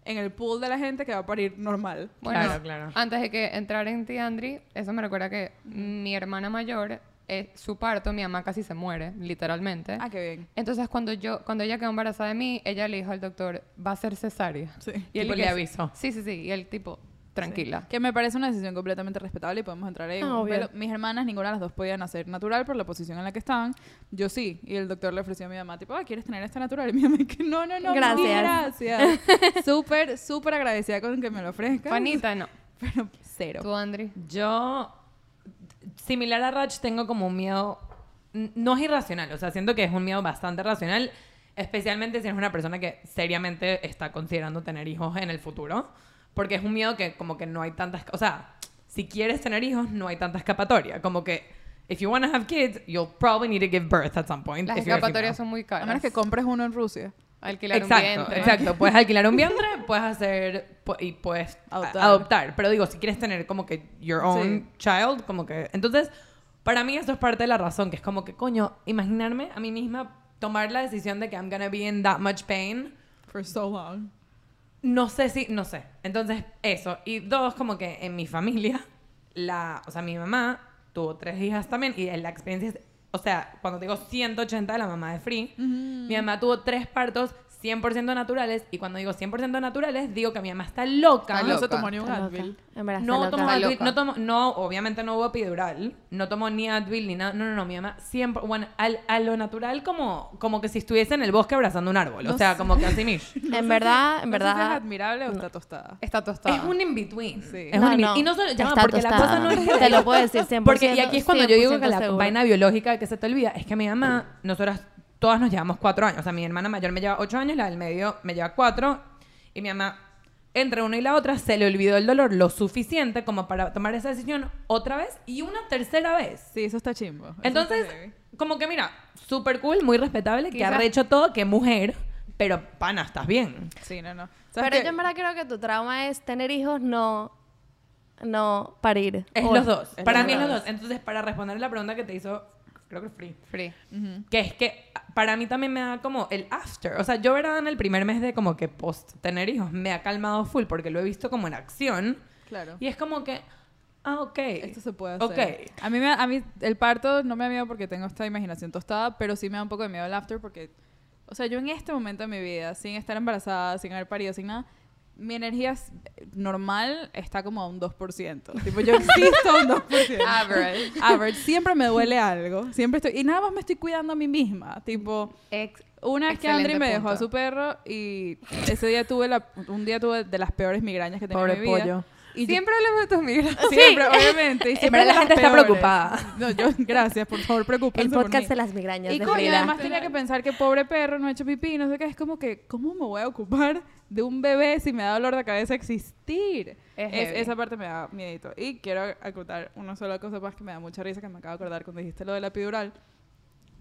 S1: en el pool de la gente que va a parir normal.
S4: Bueno,
S2: Claro, claro.
S4: antes de que entrar en ti, Andri, eso me recuerda que mi hermana mayor, eh, su parto, mi mamá casi se muere, literalmente.
S1: Ah, qué bien.
S4: Entonces, cuando yo cuando ella quedó embarazada de mí, ella le dijo al doctor, va a ser cesárea.
S1: Sí.
S4: él
S2: Tipo,
S4: que
S2: le
S4: sí.
S2: avisó.
S4: Sí, sí, sí. Y el tipo, tranquila.
S1: Que me parece una decisión completamente respetable y podemos entrar ahí.
S5: Ah, obvio.
S1: Pero mis hermanas, ninguna de las dos podían hacer natural por la posición en la que estaban. Yo sí. Y el doctor le ofreció a mi mamá, tipo, ah, ¿quieres tener esta natural? Y mi mamá, que no, no, no. mami,
S5: Gracias. *laughs*
S1: Gracias. súper, súper agradecida con que me lo ofrezcan.
S4: Juanita, no.
S1: *laughs* Pero cero.
S4: Tú, Andri.
S2: *laughs* Yo, similar a Rach, tengo como un miedo, n- no es irracional, o sea, siento que es un miedo bastante racional, especialmente si eres una persona que seriamente está considerando tener hijos en el futuro, porque es un miedo que como que no hay tantas, o sea, si quieres tener hijos, no hay tanta escapatoria, como que... If you want to have kids, you'll probably need to give birth at some point.
S4: Las
S2: if you're a female.
S4: escapatorias son muy
S1: A
S4: caras.
S1: menos que compres uno en Rusia.
S4: Alquilar un
S2: exacto,
S4: vientre. *laughs*
S2: Exacto, puedes alquilar un vientre, puedes hacer pu- y puedes a- adoptar.
S1: Adoptar.
S2: Pero digo, si quieres tener como que your own child, como que... Entonces, para mí eso es parte de la razón, que es como que, coño, imaginarme a mí misma tomar la decisión de que I'm gonna be in that much pain.
S1: For so long.
S2: No sé si, no sé. Entonces, eso. Y dos, como que en mi familia, la, o sea, mi mamá tuvo tres hijas también y la experiencia es, o sea, cuando te digo 180 de la mamá de Free, mi mamá tuvo tres partos 100% naturales y cuando digo 100% naturales, digo que mi mamá está loca.
S1: No se
S4: loca.
S1: tomó ni un
S5: Está loca.
S1: Advil.
S5: En verdad,
S2: No
S5: está loca.
S2: tomó
S4: Está
S2: Advil,
S4: loca.
S2: no tomó, no, obviamente no hubo epidural, no tomó ni Advil ni nada, no, no, no, mi mamá siempre, bueno, al- a lo natural como, como que si estuviese en el bosque abrazando un árbol, o
S1: No
S2: sea,
S1: sé.
S2: como que así mismo.
S5: En verdad, en
S1: No sé si
S5: verdad.
S1: es admirable o está tostada.
S4: Está tostada.
S2: Es un in-between.
S1: Sí.
S2: Ah. Es
S5: No,
S2: un in-
S5: no,
S2: Y no solo, ya va,
S5: está
S2: porque la cosa
S5: tostada.
S2: no es que-
S5: *laughs* Te lo puedo decir
S2: *laughs*
S5: 100%.
S2: Porque, y aquí es cuando yo digo que la
S5: 100%
S2: vaina biológica que se te olvida es que mi mamá, nosotras todas nos llevamos cuatro años. O sea, mi hermana mayor me lleva ocho años, la del medio me lleva cuatro. Y mi mamá, entre una y la otra, se le olvidó el dolor lo suficiente como para tomar esa decisión otra vez y una tercera vez.
S1: Sí, eso está chimbo. Eso está
S2: Entonces,
S1: heavy.
S2: como que mira, súper cool, muy respetable, que
S4: Quizás-
S2: ha hecho todo, que mujer, pero pana, estás bien.
S1: Sí, no, no. ¿Sabes
S5: Pero
S1: qué?
S5: yo en verdad creo que tu trauma es tener hijos, no, no parir.
S2: Es
S5: O-
S2: los dos.
S1: es
S2: para
S1: los
S2: mí es los
S1: dos.
S2: dos. Entonces, para responder la pregunta que te hizo, creo que Free,
S4: Free.
S2: que es que para mí también me da como el after. O sea, yo verdad en el primer mes de como que post tener hijos me ha calmado full porque lo he visto como en acción
S1: Claro.
S2: y es como que, ah, ok.
S1: Esto se puede hacer.
S2: Ok.
S1: A mí, me- a mí el parto no me da miedo porque tengo esta imaginación tostada, pero sí me da un poco de miedo el after porque, o sea, yo en este momento de mi vida, sin estar embarazada, sin haber parido, sin nada, mi energía es- normal está como a un
S2: *laughs*
S1: 2%. tipo, yo existo a un 2%.
S4: Average.
S1: Average. Siempre me duele algo. Siempre estoy... Y nada más me estoy cuidando a mí misma. Tipo...
S4: Ex-
S1: Una vez que
S4: Excelente
S1: Andri me dejó a
S4: punto.
S1: su perro y ese día tuve la, un día tuve de las peores migrañas que tenía
S2: Pobre
S1: en mi vida.
S2: pollo.
S1: Y yo-
S4: Siempre hablamos de tus
S1: *laughs*
S4: migrañas.
S1: Siempre, obviamente. y
S2: En
S1: siempre
S2: verdad la
S1: las
S2: gente está
S1: peores.
S2: preocupada.
S1: No, yo, gracias, por favor, preocúpense
S5: El
S1: por
S5: podcast
S1: mí.
S5: de las migrañas
S1: Y
S5: de
S1: coño,
S5: Frida.
S1: además tenía que pensar que pobre perro no ha hecho pipí, no sé qué. Es como que, ¿cómo me voy a ocupar de un bebé si me da dolor de cabeza existir? Es-
S4: Es heavy.
S1: esa parte me da miedito. Y quiero acotar una sola cosa más que me da mucha risa, que me acabo de acordar cuando dijiste lo de la epidural.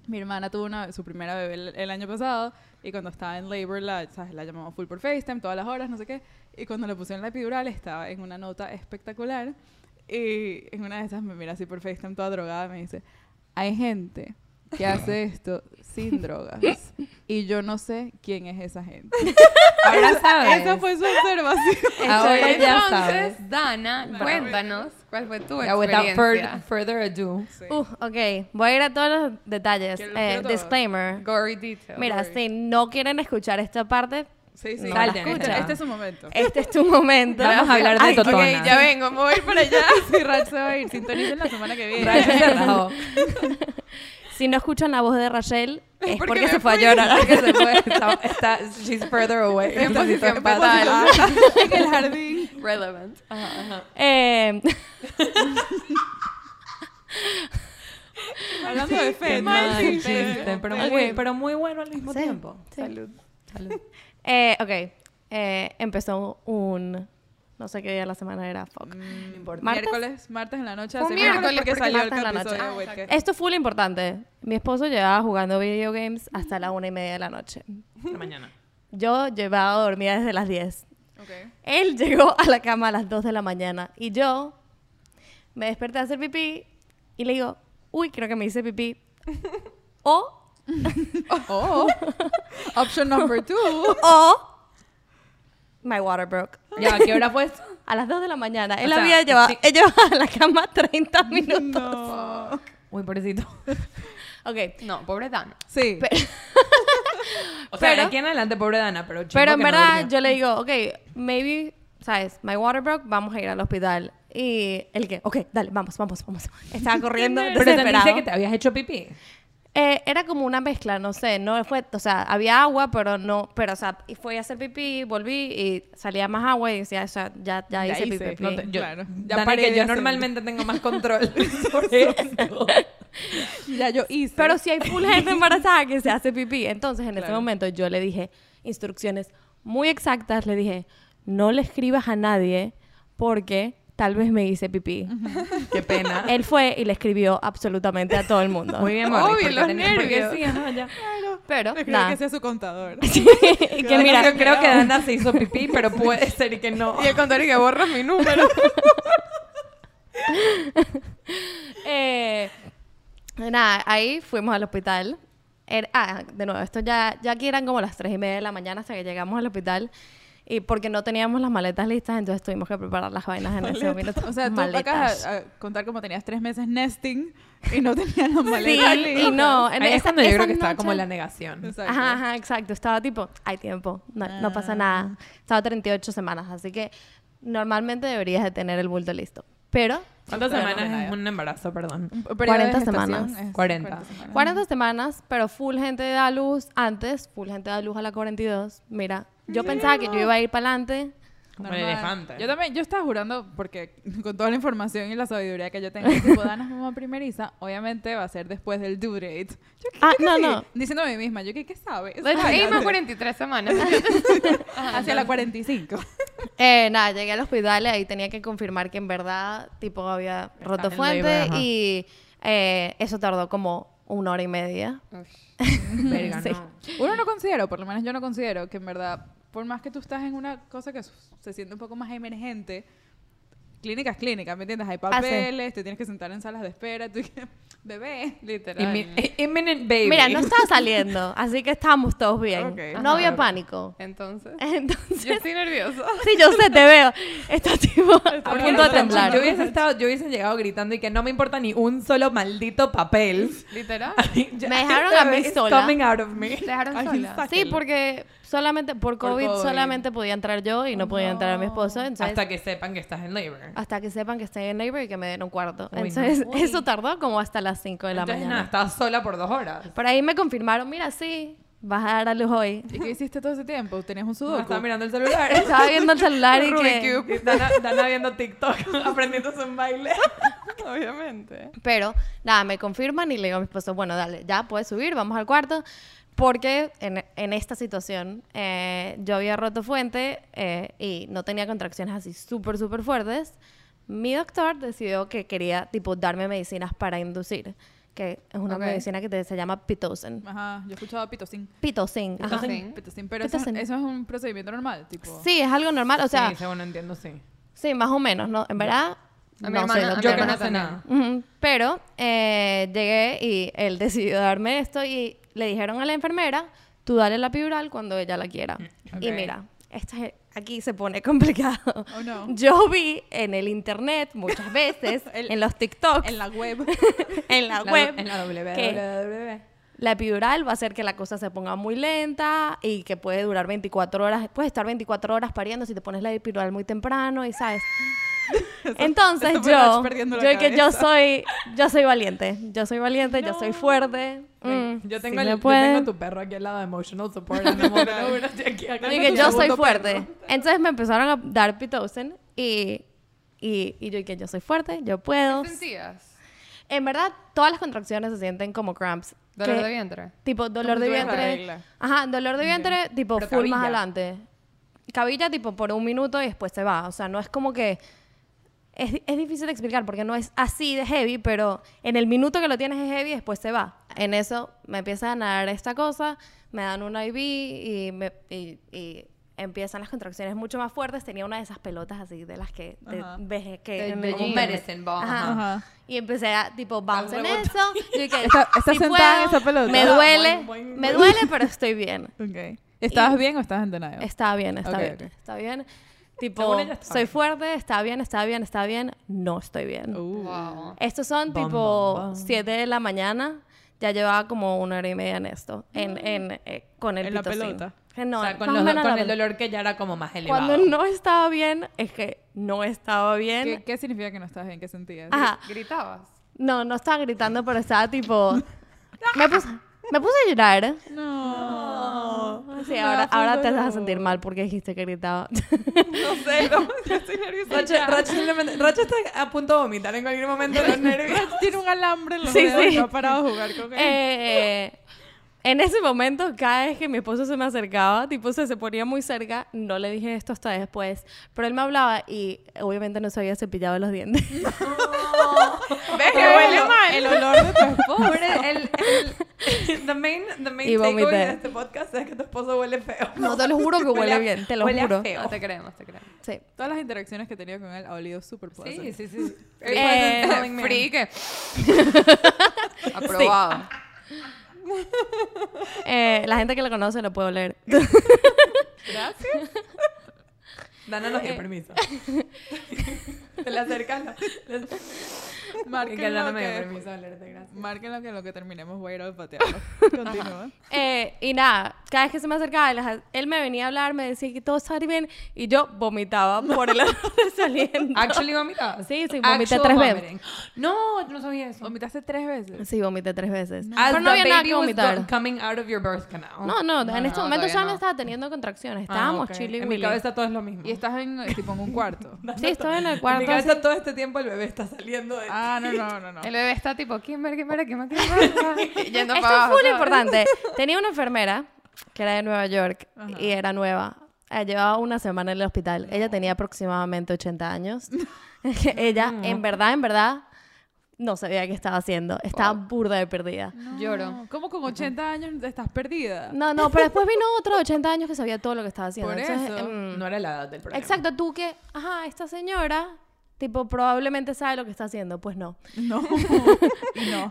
S1: Mi hermana tuvo una, su primera bebé el, el año pasado y cuando estaba en labor la, ¿sabes? la llamamos full por FaceTime todas las horas, no sé qué. Y cuando le pusieron la epidural estaba en una nota espectacular y en una de esas me mira así por FaceTime toda drogada y me dice, hay gente que hace esto *laughs* sin drogas y yo no sé quién es esa *laughs* gente.
S2: *laughs* Ahora sabes.
S1: Esa fue su observación.
S2: Ahora ya sabes.
S4: Entonces, Dana, cuéntanos cuál fue tu
S2: Yeah, without fur-
S4: experiencia.
S2: further ado.
S5: Uh, ok, voy a ir a todos los detalles.
S1: Quiero-
S5: Eh,
S1: quiero todo.
S5: disclaimer.
S4: Gory detail.
S5: Mira, si no quieren escuchar esta parte,
S1: Sí, sí,
S5: No
S1: dale,
S5: la
S1: escucha,
S5: escucha.
S1: Este es su momento.
S5: este es tu *laughs* momento.
S2: Vamos a hablar de
S4: Ay, ok,
S2: Totona.
S4: ya vengo, me voy
S1: *laughs*
S4: para allá.
S1: Sí, Rach se va a ir. Sintonicen la semana que viene.
S2: Rayos cerrados.
S5: Si no escuchan la voz de Rachel, es
S4: Porque
S5: porque,
S4: me
S5: se fue a
S4: fui.
S5: llorar. *laughs*
S2: Que se fue, está, está- she's further away.
S4: En posición
S2: Está-
S4: fetal.
S1: en el jardín.
S4: Relevant.
S5: Eh, *laughs*
S1: Hablando de fe.
S2: Qué mal chiste, pero muy, pero muy bueno al mismo
S5: Sí.
S2: tiempo.
S4: Salud.
S5: eh, ok, eh, empezó un... No sé qué día de la semana era, fuck. ¿Martes?
S1: Mm, Miércoles, martes en la noche.
S4: Fue
S1: hace
S4: miércoles
S1: porque,
S4: porque
S1: salió el
S5: martes en la
S1: episodio
S5: noche.
S1: de Wetcast.
S5: Esto es full importante. Mi esposo llevaba jugando video games hasta la una y media de la noche.
S2: La mañana.
S5: Yo llevaba dormida desde las 10.
S1: Ok.
S5: Él *laughs* llegó a la cama a las 2 de la mañana y yo me desperté a hacer pipí y le digo, uy, creo que me
S2: *laughs*
S5: hice pipí. O,
S1: *laughs* Oh. Option number two.
S5: o, my water broke.
S2: Ya, ¿a ¿qué hora fue esto?
S5: *laughs* A las 2 de la mañana. Él
S2: sea,
S5: había llevado,
S2: sí.
S5: *laughs* él llevaba a la cama
S2: *laughs*
S5: 30 minutos.
S1: No.
S2: Uy, pobrecito.
S5: Ok.
S4: No, pobre Dana.
S1: Sí.
S2: O sea,
S5: Pero-
S2: de aquí en adelante, pobre Dana, pero chico
S5: Pero en
S2: que no
S5: verdad
S2: durmió.
S5: yo le digo, ok, maybe ¿sabes? My water broke, vamos a ir al hospital. Y el que, ok, dale, vamos, vamos, vamos.
S2: *laughs*
S5: Estaba corriendo
S2: Pero te dice
S5: desesperado.
S2: que te habías hecho pipí.
S5: Eh, era como una mezcla, no sé, no fue, o sea, había agua, pero no, pero, o sea, y fui a hacer pipí, volví y salía más agua y decía, o sea, ya, ya, hice,
S1: hice,
S5: pipí.
S1: no te-
S2: Yo,
S1: Claro. Ya
S2: Dana,
S1: paré
S2: que
S1: de
S2: yo
S1: hacer.
S2: normalmente tengo más control sobre esto.
S1: Ya yo hice.
S5: Pero si hay full
S2: *laughs*
S5: gente embarazada que se hace pipí. Entonces, en ese
S1: Claro.
S5: momento yo le dije instrucciones muy exactas. Le dije, no le escribas a nadie porque tal vez me hice pipí.
S2: *laughs* Qué pena.
S5: Él fue y le escribió absolutamente a todo el mundo.
S2: Muy bien, Morris,
S4: Obvio,
S2: porque
S4: los
S2: tenías- porque
S4: nervios.
S2: sí, ajá, ya.
S5: Pero,
S1: Le escribí
S5: nada.
S1: que
S2: *laughs*
S1: sea su contador.
S5: Y que
S2: Bueno,
S5: mira,
S2: yo creo que Dana se hizo pipí, pero puede ser que no.
S4: Y el contrario que borras mi número.
S5: eh, nada, ahí fuimos al hospital. Era- ah, de nuevo, esto ya, ya aquí eran como las tres y media de la mañana hasta que llegamos al hospital. Y porque no teníamos las maletas listas, entonces tuvimos que preparar las vainas en *laughs* ese minuto.
S1: O sea, tú
S5: Maletas.
S1: acabas a, a contar como tenías tres meses nesting y no *laughs* tenías las maletas.
S5: Sí,
S1: listas.
S5: y no. En
S2: Ahí es
S5: esa-
S2: cuando yo creo
S5: esa
S2: que estaba
S5: noche-
S2: como la negación.
S1: Exacto.
S5: Ajá, ajá, exacto. Estaba tipo, hay tiempo, no, no
S2: Ah.
S5: pasa nada. Estaba 38 semanas, así que normalmente deberías de tener el bulto listo. Pero
S2: ¿Cuántas
S1: Pero no,
S2: semanas es
S1: nada.
S2: un embarazo, perdón?
S1: Un periodo de
S5: 40
S1: gestación
S5: semanas.
S1: es
S2: 40.
S1: semanas.
S2: Ah.
S5: 40 semanas, pero full gente da luz antes, full gente da luz a la 42. Mira, yo pensaba que yo iba a ir para adelante.
S2: Como
S1: Normal.
S2: el elefante.
S1: Yo también, yo estaba jurando, porque con toda la información y la sabiduría que yo tengo, tipo, Dana es mamá primeriza, obviamente va a ser después del due date. Yo, ¿qué-
S5: Ah,
S1: qué
S5: no,
S1: sí?
S5: no.
S1: Diciéndome a mí misma, yo, ¿qué, qué sabes?
S4: Y más 43 *laughs* semanas.
S1: Hacia la 45.
S5: Eh, nada, llegué al hospital y ahí tenía que confirmar que en verdad, tipo, había roto
S2: en
S5: fuente
S2: labor, ajá.
S5: y eh, eso tardó como una hora y media.
S2: Verga,
S5: *laughs* Sí.
S2: no.
S1: Uno no considera, o por lo menos yo no considero, que en verdad, por más que tú estás en una cosa que su- se siente un poco más emergente, clínica es clínica, ¿me entiendes? Hay
S5: Ah,
S1: papeles, te tienes que sentar en salas de espera, tú que, bebé, literal.
S2: Inmi- *laughs* Imminent baby.
S5: Mira, no estaba saliendo, así que estábamos todos bien.
S1: Ok.
S5: No había
S2: *laughs*
S4: Ajá.
S5: pánico.
S4: Entonces,
S5: Entonces,
S4: yo estoy nerviosa.
S5: sí, yo sé, te veo. Está tipo a
S2: Porque
S5: punto de
S2: nosotros-
S5: temblar.
S2: Yo hubiese estado, yo hubiese llegado gritando y que no me importa ni un solo maldito papel. *laughs*
S4: Literal.
S5: Me dejaron a mí
S2: It's
S5: sola.
S2: coming out of me.
S4: Dejaron
S2: Ay,
S4: sola.
S5: Sí,
S2: sáquenla.
S5: porque solamente por
S2: Por
S5: COVID,
S2: COVID.
S5: solamente podía entrar yo y no podía entrar mi esposo. Entonces,
S2: Hasta que sepan que estás en labor.
S5: hasta que sepan que estoy en labor y que me den un cuarto.
S2: Uy, no.
S5: Entonces, eso tardó como hasta las 5 de la
S2: Entonces, nada,
S5: mañana.
S2: estabas sola por dos horas.
S5: Por ahí me confirmaron, mira, sí, vas a dar a luz hoy.
S1: ¿Y qué hiciste todo ese tiempo? ¿Tenías un
S2: No,
S1: sudoku?
S2: estaba mirando el celular.
S5: *laughs* Estaba viendo el celular y
S4: Rubik's
S5: que...
S2: Y Dana, Dana viendo TikTok, *laughs* aprendiéndose un baile.
S5: *laughs*
S4: Obviamente.
S5: Pero, nada, me confirman y le digo a mi esposo, bueno, dale, ya puedes subir, vamos al cuarto. Porque en, en esta situación eh, yo había roto fuente eh, y no tenía contracciones así súper, súper fuertes. Mi doctor decidió que quería, tipo, darme medicinas para inducir, que es una
S4: Ok. Ah.
S5: medicina que te- se llama Pitocin.
S1: Ajá, yo he escuchado pitocin.
S5: Pitocin. ajá.
S4: Pitocin.
S1: Pitocin, pero eso,
S5: ¿Eh? Pitocin.
S1: eso es un procedimiento normal, tipo.
S5: Sí, es algo normal, o sea,
S2: sí, según entiendo, sí.
S5: sí, más o menos, ¿no? En verdad,
S4: A mi
S5: no soy
S4: hermana- a mi
S2: Yo
S5: doctora.
S2: que no sé
S4: también.
S2: nada.
S5: Ujú, Pero eh, llegué y él decidió darme esto y le dijeron a la enfermera, tú dale la epidural cuando ella la quiera. Y mira, esta es- aquí se pone *laughs* complicado.
S1: Oh, no.
S5: Yo vi en el internet muchas veces,
S1: El-
S5: en los TikToks,
S1: En la web.
S5: en *laughs* la
S2: La-
S5: web,
S2: En la
S5: que
S2: WWW.
S5: la epidural va a hacer que la cosa se ponga muy lenta y que puede durar 24 horas, puedes estar 24 horas pariendo si te pones la epidural muy temprano y sabes.
S1: *laughs*
S5: Entonces
S1: eso fue
S5: yo,
S1: Rach perdiendo la
S5: yo que yo
S1: cabeza.
S5: soy, yo soy valiente, yo soy valiente, yo soy fuerte. Mm,
S2: Yo
S5: si
S2: tengo,
S5: me
S2: el- yo
S5: pueden.
S2: tengo tu perro aquí al lado de Emotional Support. en el
S5: *laughs*
S2: momento, bueno, estoy aquí, acá.
S5: Yo dije,
S1: tu
S5: yo soy
S1: segundo
S5: fuerte. Entonces me empezaron a dar pitocin y, y, y yo dije, yo soy fuerte, yo puedo.
S4: ¿Qué sentías?
S5: En verdad, todas las contracciones se sienten como cramps.
S4: Dolor
S5: que-
S4: de vientre.
S5: Tipo, dolor
S1: Como
S5: de
S1: si tuvieras la
S5: vientre.
S1: regla.
S5: Ajá, dolor de vientre, tipo,
S2: Pero
S5: full más
S2: cabilla.
S5: adelante. Cabilla, tipo, por un minuto y después se va. O sea, no es como que. Es, es difícil de explicar porque no es así de heavy, pero en el minuto que lo tienes es heavy y después se va. En eso me empiezan a dar esta cosa, me dan un IV y, me- y- y empiezan las contracciones mucho más fuertes. Tenía una de esas pelotas así de las que te
S1: Ajá.
S5: ves que.
S4: Te-
S5: en
S4: de
S5: el
S4: Como
S5: internet.
S2: medicine ball,
S5: Ajá.
S1: Ajá.
S5: Y empecé a, tipo, bounce en
S2: rebota.
S5: eso. Yo dije,
S1: Está- está
S5: "Sí
S1: sentada en
S5: puedo,
S1: esa pelota".
S5: Me
S1: Ah,
S5: duele,
S2: boing, boing,
S5: me duele, pero estoy bien.
S1: *laughs* Ok. ¿Estabas bien o estabas en denial?
S5: Está bien, está
S1: Ok,
S5: bien,
S1: ok.
S5: está bien. Tipo,
S2: Según ella está
S5: soy
S2: bien.
S5: fuerte, está bien, está bien, está bien. No estoy bien.
S1: Uh.
S4: Wow.
S5: Estos son,
S2: Bom,
S5: tipo,
S2: bom, bom.
S5: 7 de la mañana. ya llevaba como una hora y media en esto, en, en, eh, con el
S1: Mm. En la
S5: pitocin.
S1: pelota.
S5: Que No,
S2: o sea, con,
S5: más o
S2: los-
S5: menos
S2: con
S5: la
S2: el
S5: pelota.
S2: dolor que ya era como más elevado.
S5: Cuando no estaba bien, es que no estaba bien.
S1: ¿Qué, qué significa que no estás bien? ¿Qué sentías?
S5: Ajá.
S4: Gritabas.
S5: No, no estaba gritando, pero
S2: *laughs*
S5: estaba tipo... me, puse, me puse a llorar.
S1: No.
S5: Sí, ahora, ahora te vas a sentir mal porque dijiste que gritaba.
S2: *laughs* No sé, no, *laughs* yo estoy nerviosa. Racha, Racha simplemente- Racha está a punto de vomitar en cualquier *laughs* momento de los nervios.
S1: Tiene un alambre en los
S5: Sí,
S1: dedos.
S5: sí.
S1: No ha parado de jugar con él.
S5: *laughs* Eh, en ese momento, cada vez que mi esposo se me acercaba, tipo se, se ponía muy cerca, no le dije esto hasta después, pero él me hablaba y obviamente no se había cepillado
S2: *laughs*
S5: los dientes.
S2: ¿Ves
S1: Pero el- El olor de tu esposo.
S2: Pobre, el, el, *laughs* the main, the
S5: Y
S2: main takeaway
S5: vomité.
S2: de este podcast es que tu esposo huele feo.
S5: No, te lo juro que huele
S2: a-
S5: bien, te lo
S2: huele a
S5: juro.
S2: feo.
S4: No te creemos, te creemos.
S5: Sí.
S1: Todas las interacciones que he tenido con él ha olido súper poderoso.
S2: Sí, sí, sí.
S5: Eh,
S4: Free que... Aprobado.
S5: Eh, la gente que lo conoce lo puede oler. *laughs*
S1: *laughs*
S2: Dana nos
S5: eh.
S2: dio permiso. Te le acercas. la- la-
S1: Marquen
S2: que Dana
S1: lo
S2: me dio
S1: que-
S2: permiso de olerte, gracias.
S1: Márquenlo que en lo que terminemos voy a ir a patearlo. Continúa.
S5: Eh, y nada, cada vez que se me acercaba, él- él me venía a hablar, me decía que todo estaba bien y yo vomitaba por el olor saliendo.
S2: Actually vomitabas.
S5: Sí, sí, vomité
S2: Actual
S5: tres veces.
S2: vomiting. No, no sabía eso.
S1: Vomitaste tres veces.
S5: Sí, vomité tres veces.
S2: As
S5: Pero no
S2: the
S5: había nada
S2: baby
S5: que
S2: was
S5: vomitar.
S2: go- coming out of your birth canal.
S5: No, no, en este
S4: no,
S5: momento
S4: todavía
S5: ya
S4: no.
S5: no estaba teniendo contracciones.
S2: Ah,
S5: Estábamos
S2: ok.
S5: chile y
S2: En mi
S5: Willy.
S2: cabeza todo es lo mismo.
S1: Y estás en, eh, tipo, en un *laughs* cuarto.
S5: Sí, estaba en el
S2: en
S5: cuarto.
S2: mi cabeza todo este tiempo el bebé está saliendo de
S1: Ah, no, no, no, no.
S4: El bebé está tipo, Kimber, Kimber, Kimber,
S5: *laughs*
S4: Kimber. Yendo
S5: Esto
S4: para abajo.
S5: es full
S4: ¿sabes?
S5: importante. Tenía una enfermera que era de Nueva York y era nueva. Eh, Llevaba una semana en el hospital. Ella tenía aproximadamente 80 años. *laughs* Ella, en verdad, en verdad, no sabía qué estaba haciendo. Estaba burda de perdida.
S4: Lloro.
S1: ¿Cómo con 80 años estás perdida?
S5: No, no, pero después vino otro de 80 años que sabía todo lo que estaba haciendo.
S1: Por
S5: Entonces,
S1: eso.
S5: em,
S2: No era la edad del problema.
S5: exacto, tú que, ajá, esta señora, tipo, probablemente sabe lo que está haciendo. Pues no.
S1: No. *laughs* Y no.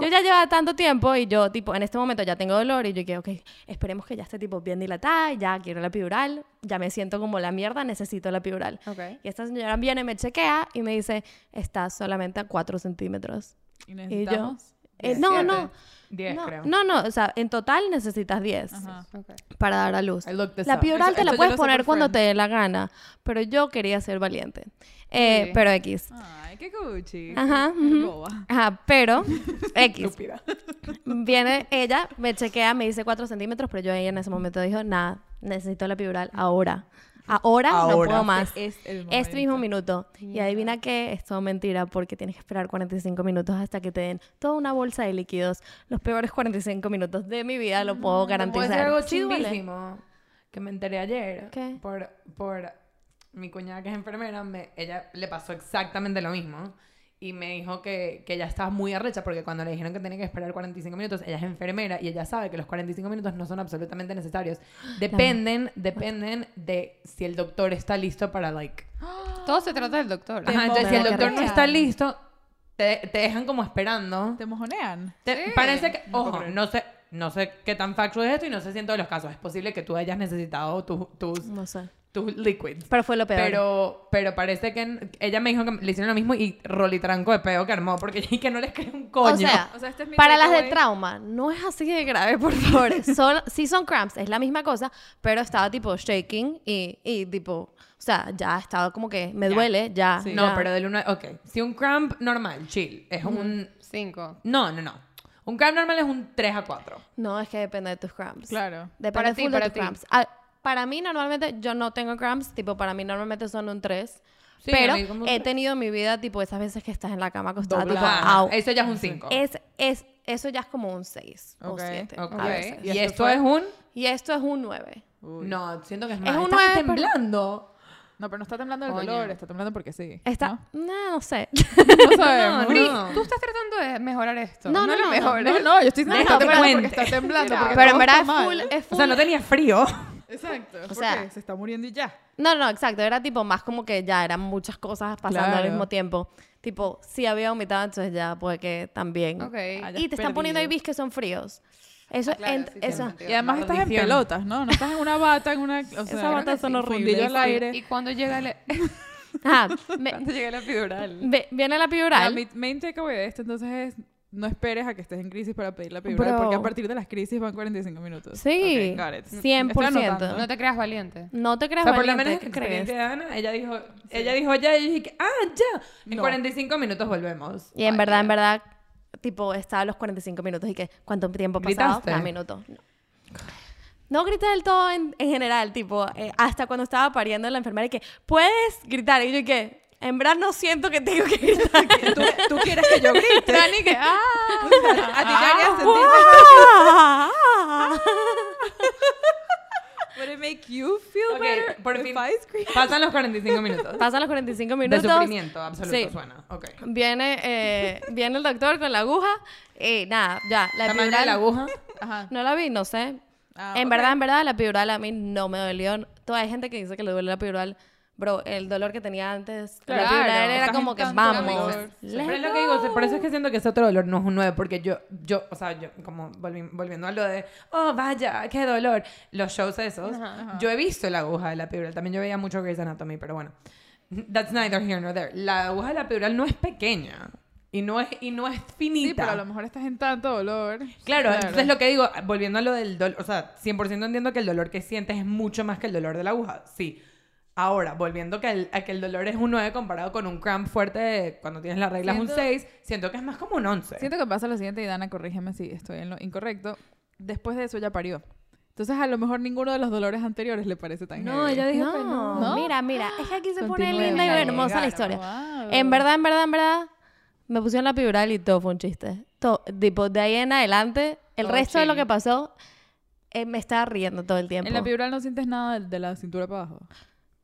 S5: Yo ya llevaba tanto tiempo y yo, tipo, en este momento ya tengo dolor y yo que, ok, esperemos que ya esté, tipo, bien dilatada, ya quiero la epidural, ya me siento como la mierda, necesito la epidural.
S4: Ok.
S5: Y esta señora viene, me chequea y me dice, está solamente a 4 centímetros.
S1: Y
S5: Y yo,
S1: necesitamos.
S5: eh, no, no,
S2: 10, creo.
S5: no, no, no, o sea, en total necesitas 10
S1: Ajá.
S4: Ok.
S5: para dar a luz.
S2: I looked this
S5: La
S2: up.
S5: epidural
S1: Eso-
S5: te
S1: esto
S5: la
S1: yo lo
S5: puedes
S1: sé
S5: poner
S1: por
S5: cuando
S1: Friends.
S5: te dé la gana, pero yo quería ser valiente. Eh,
S4: Sí.
S5: Pero X.
S1: Ay, qué cuchi.
S5: Ajá,
S1: Qué
S5: ujú.
S1: boba.
S5: Ajá, pero X.
S2: Estúpida.
S5: Viene ella, me chequea, me dice 4 centímetros, pero yo ahí en ese momento dijo, nada, necesito la epidural ahora. Ahora, no
S2: Ahora.
S5: puedo más.
S1: Es el momento.
S5: Este mismo minuto. Y adivina qué, es todo mentira porque tienes que esperar 45 minutos hasta que te den toda una bolsa de líquidos. Los peores 45 minutos de mi vida, lo puedo
S2: Puede ser algo
S5: garantizar. Sí duele.
S2: chimbísimo que me enteré ayer
S5: ¿Qué?
S2: por por mi cuñada que es enfermera, me- ella le pasó exactamente lo mismo y me dijo que, que ella estaba muy arrecha porque cuando le dijeron que tenía que esperar 45 minutos, ella es enfermera y ella sabe que los 45 minutos no son absolutamente
S5: *gasps*
S2: necesarios. Dependen, dependen de si el doctor está listo para like.
S4: Todo se trata del doctor.
S2: Ajá, entonces si el
S5: mojonean.
S2: doctor no está listo, te, te dejan como esperando.
S1: Te mojonean.
S2: Te-
S4: Sí.
S2: Parece que,
S1: No puedo
S2: ojo,
S1: creer.
S2: no sé, no sé qué tan factual es esto y no sé si en todos los casos es posible que tú hayas necesitado tus, tus,
S5: No sé.
S2: tus liquids.
S5: Pero fue lo Mm. peor.
S2: Pero, pero parece que en- ella me dijo que le hicieron lo mismo y rolitranco de peo que armó porque *laughs* y que no les creo un coño.
S4: *laughs*
S5: O sea,
S1: O sea, este es mi
S5: para las de
S1: takeaway.
S5: trauma, no es así de grave,
S4: *laughs*
S5: por favor. Son, sí son cramps, es la misma cosa, pero estaba tipo shaking y, y tipo, o sea, ya estaba como que me duele, ya.
S1: Sí.
S2: no,
S5: ya.
S2: pero del uno, ok. Si un cramp normal, chill, es un,
S4: Cinco.
S2: no, no, no. Un cramp normal es un 3 a 4.
S5: No, es que depende de tus cramps.
S1: Claro.
S5: Depende
S4: Para
S5: full
S4: ti,
S5: de
S4: para
S5: tus
S4: ti.
S5: cramps. Ah, para mí normalmente, yo no tengo cramps, tipo, para mí normalmente son un 3.
S2: Sí,
S5: pero
S2: a mí como un
S5: he
S2: tres.
S5: tenido en mi vida, tipo, esas veces que estás en la cama acostada, tipo,
S2: Doblada.
S5: au.
S2: Eso ya es un 5.
S5: Es, es, eso ya es como un 6 o
S1: Ok,
S5: 7
S2: Ok.
S5: a veces.
S2: Y esto es un,
S5: Y esto es un 9.
S1: Uy. No.
S2: no, siento que es más.
S5: un
S2: Estaba
S5: nueve, pero-
S2: temblando.
S1: pero no está temblando el
S4: Coño.
S1: dolor, está temblando porque sí.
S5: Está, no, *laughs*
S2: *laughs*
S5: no sé.
S1: No, no sabemos.
S2: No,
S1: No,
S2: no.
S4: Tú estás tratando de mejorar esto.
S5: No, no,
S4: lo
S5: no,
S4: mejores.
S1: no, yo estoy diciendo que
S2: Deja
S1: está
S2: que
S1: temblando porque está temblando.
S2: cuente.
S1: porque
S5: Ah, Pero en
S1: todo
S5: verdad
S1: está
S5: es
S1: mal.
S5: full, es
S2: O
S5: full.
S2: sea, no tenía frío.
S1: Exacto. O
S5: sea-
S1: sea, se está muriendo y ya.
S5: No, no, exacto. Era tipo más como que ya eran muchas cosas pasando al
S1: Claro.
S5: mismo tiempo. Tipo, si había vomitado, entonces ya puede que también.
S4: Ok.
S2: Ah,
S1: Hayas
S5: Y te están poniendo
S1: perdido.
S5: IVs que son fríos. Eso,
S4: Ah, claro,
S5: ent-
S4: sí, tiene
S5: eso.
S4: sentido.
S1: Y además estás en
S2: Maldición.
S1: pelotas, ¿no? No estás en una bata, en una... O sea,
S5: Esas batas son
S1: sí,
S5: horribles.
S1: Fundillo al
S5: Sí.
S1: aire.
S4: Y cuando llega el...
S5: Ajá, me-
S4: cuando llega la epidural.
S5: ve- viene la
S1: Ah,
S5: epidural.
S1: mi main takeaway de esto entonces es no esperes a que estés en crisis para pedir la epidural, porque a
S5: Bro.
S1: partir de las crisis van 45 minutos.
S5: Sí,
S1: Ok, got it. Estoy
S5: 100%.
S1: anotando.
S4: No te creas valiente.
S5: No te creas
S2: O sea, por lo
S5: valiente,
S2: menos
S5: ¿qué
S2: en
S5: crees?
S2: experiencia de Ana, ella dijo, ella dijo ya, y yo dije, ah, ya. En
S1: No.
S2: 45 minutos volvemos. *laughs*
S5: Y en verdad, en verdad, tipo, estaba a los 45 minutos y que, ¿cuánto tiempo ha pasado?
S2: ¿Gritaste?
S5: Un minuto. No. No grité del todo en, en general, tipo, eh, hasta cuando estaba pariendo la enfermera y que, ¿puedes gritar? Y yo y que, en verdad no siento que tengo
S2: *laughs*
S5: que gritar.
S1: *laughs* ¿Tú, tú quieres que yo
S5: *laughs*
S1: grite.
S2: Dani, que, ah,
S1: O sea, a ti te haría sentir Would it make you feel
S2: Ok,
S1: better
S2: por
S1: if
S2: fin.
S1: I scream?
S2: pasan los 45 minutos.
S5: Pasan los 45
S2: *laughs* De
S5: minutos.
S2: sufrimiento absoluto
S5: Sí.
S2: suena. Ok.
S5: Viene, eh, viene el doctor con la aguja y nada, ya, la
S2: La madre
S5: epidural.
S2: de la aguja.
S1: Ajá.
S5: No la vi, no sé.
S1: Ah,
S5: en
S1: ok.
S5: verdad, en verdad, la epidural a mí no me dolió. Toda hay gente que dice que le duele la epidural. Bro, el dolor que tenía antes, la
S4: Claro,
S5: epidural era
S1: estás
S5: como que
S4: en tanto
S5: vamos.
S4: dolor.
S5: let's
S2: Pero es lo que digo, por eso es que siento que es otro dolor, no es un 9, porque yo, yo, o sea, yo, como volvi- volviendo a lo de, oh, vaya, qué dolor, los shows esos, yo he visto la aguja de la epidural, también yo veía mucho Grey's Anatomy, pero bueno, that's neither here nor there. La aguja de la epidural no es pequeña y no es, y no es finita.
S1: Sí, pero a lo mejor estás en tanto dolor.
S2: Claro, entonces lo que digo, volviendo a lo del dolor, o sea, 100% entiendo que el dolor que sientes es mucho más que el dolor de la aguja, sí. Ahora, volviendo que el- a que el dolor es un 9 comparado con un cramp fuerte de cuando tienes las reglas un
S1: Siento-
S2: 6, siento que es más como un 11.
S1: Siento que pasa lo siguiente, y Dana, corrígeme si estoy en lo incorrecto. Después de eso ya parió. Entonces, a lo mejor ninguno de los dolores anteriores le parece tan heavy.
S5: no,
S1: ¿No?
S5: mira, mira, es que aquí se pone
S1: Continúa.
S5: linda y
S1: Llegaron,
S5: hermosa la historia.
S1: wow.
S5: En verdad, en verdad, en verdad, me pusieron la epidural y todo fue un chiste. Todo, tipo, de ahí en adelante, el
S1: Todo
S5: resto de lo
S1: chill.
S5: que pasó, eh, me estaba riendo todo el tiempo.
S1: En la epidural no sientes nada de, de la cintura para abajo.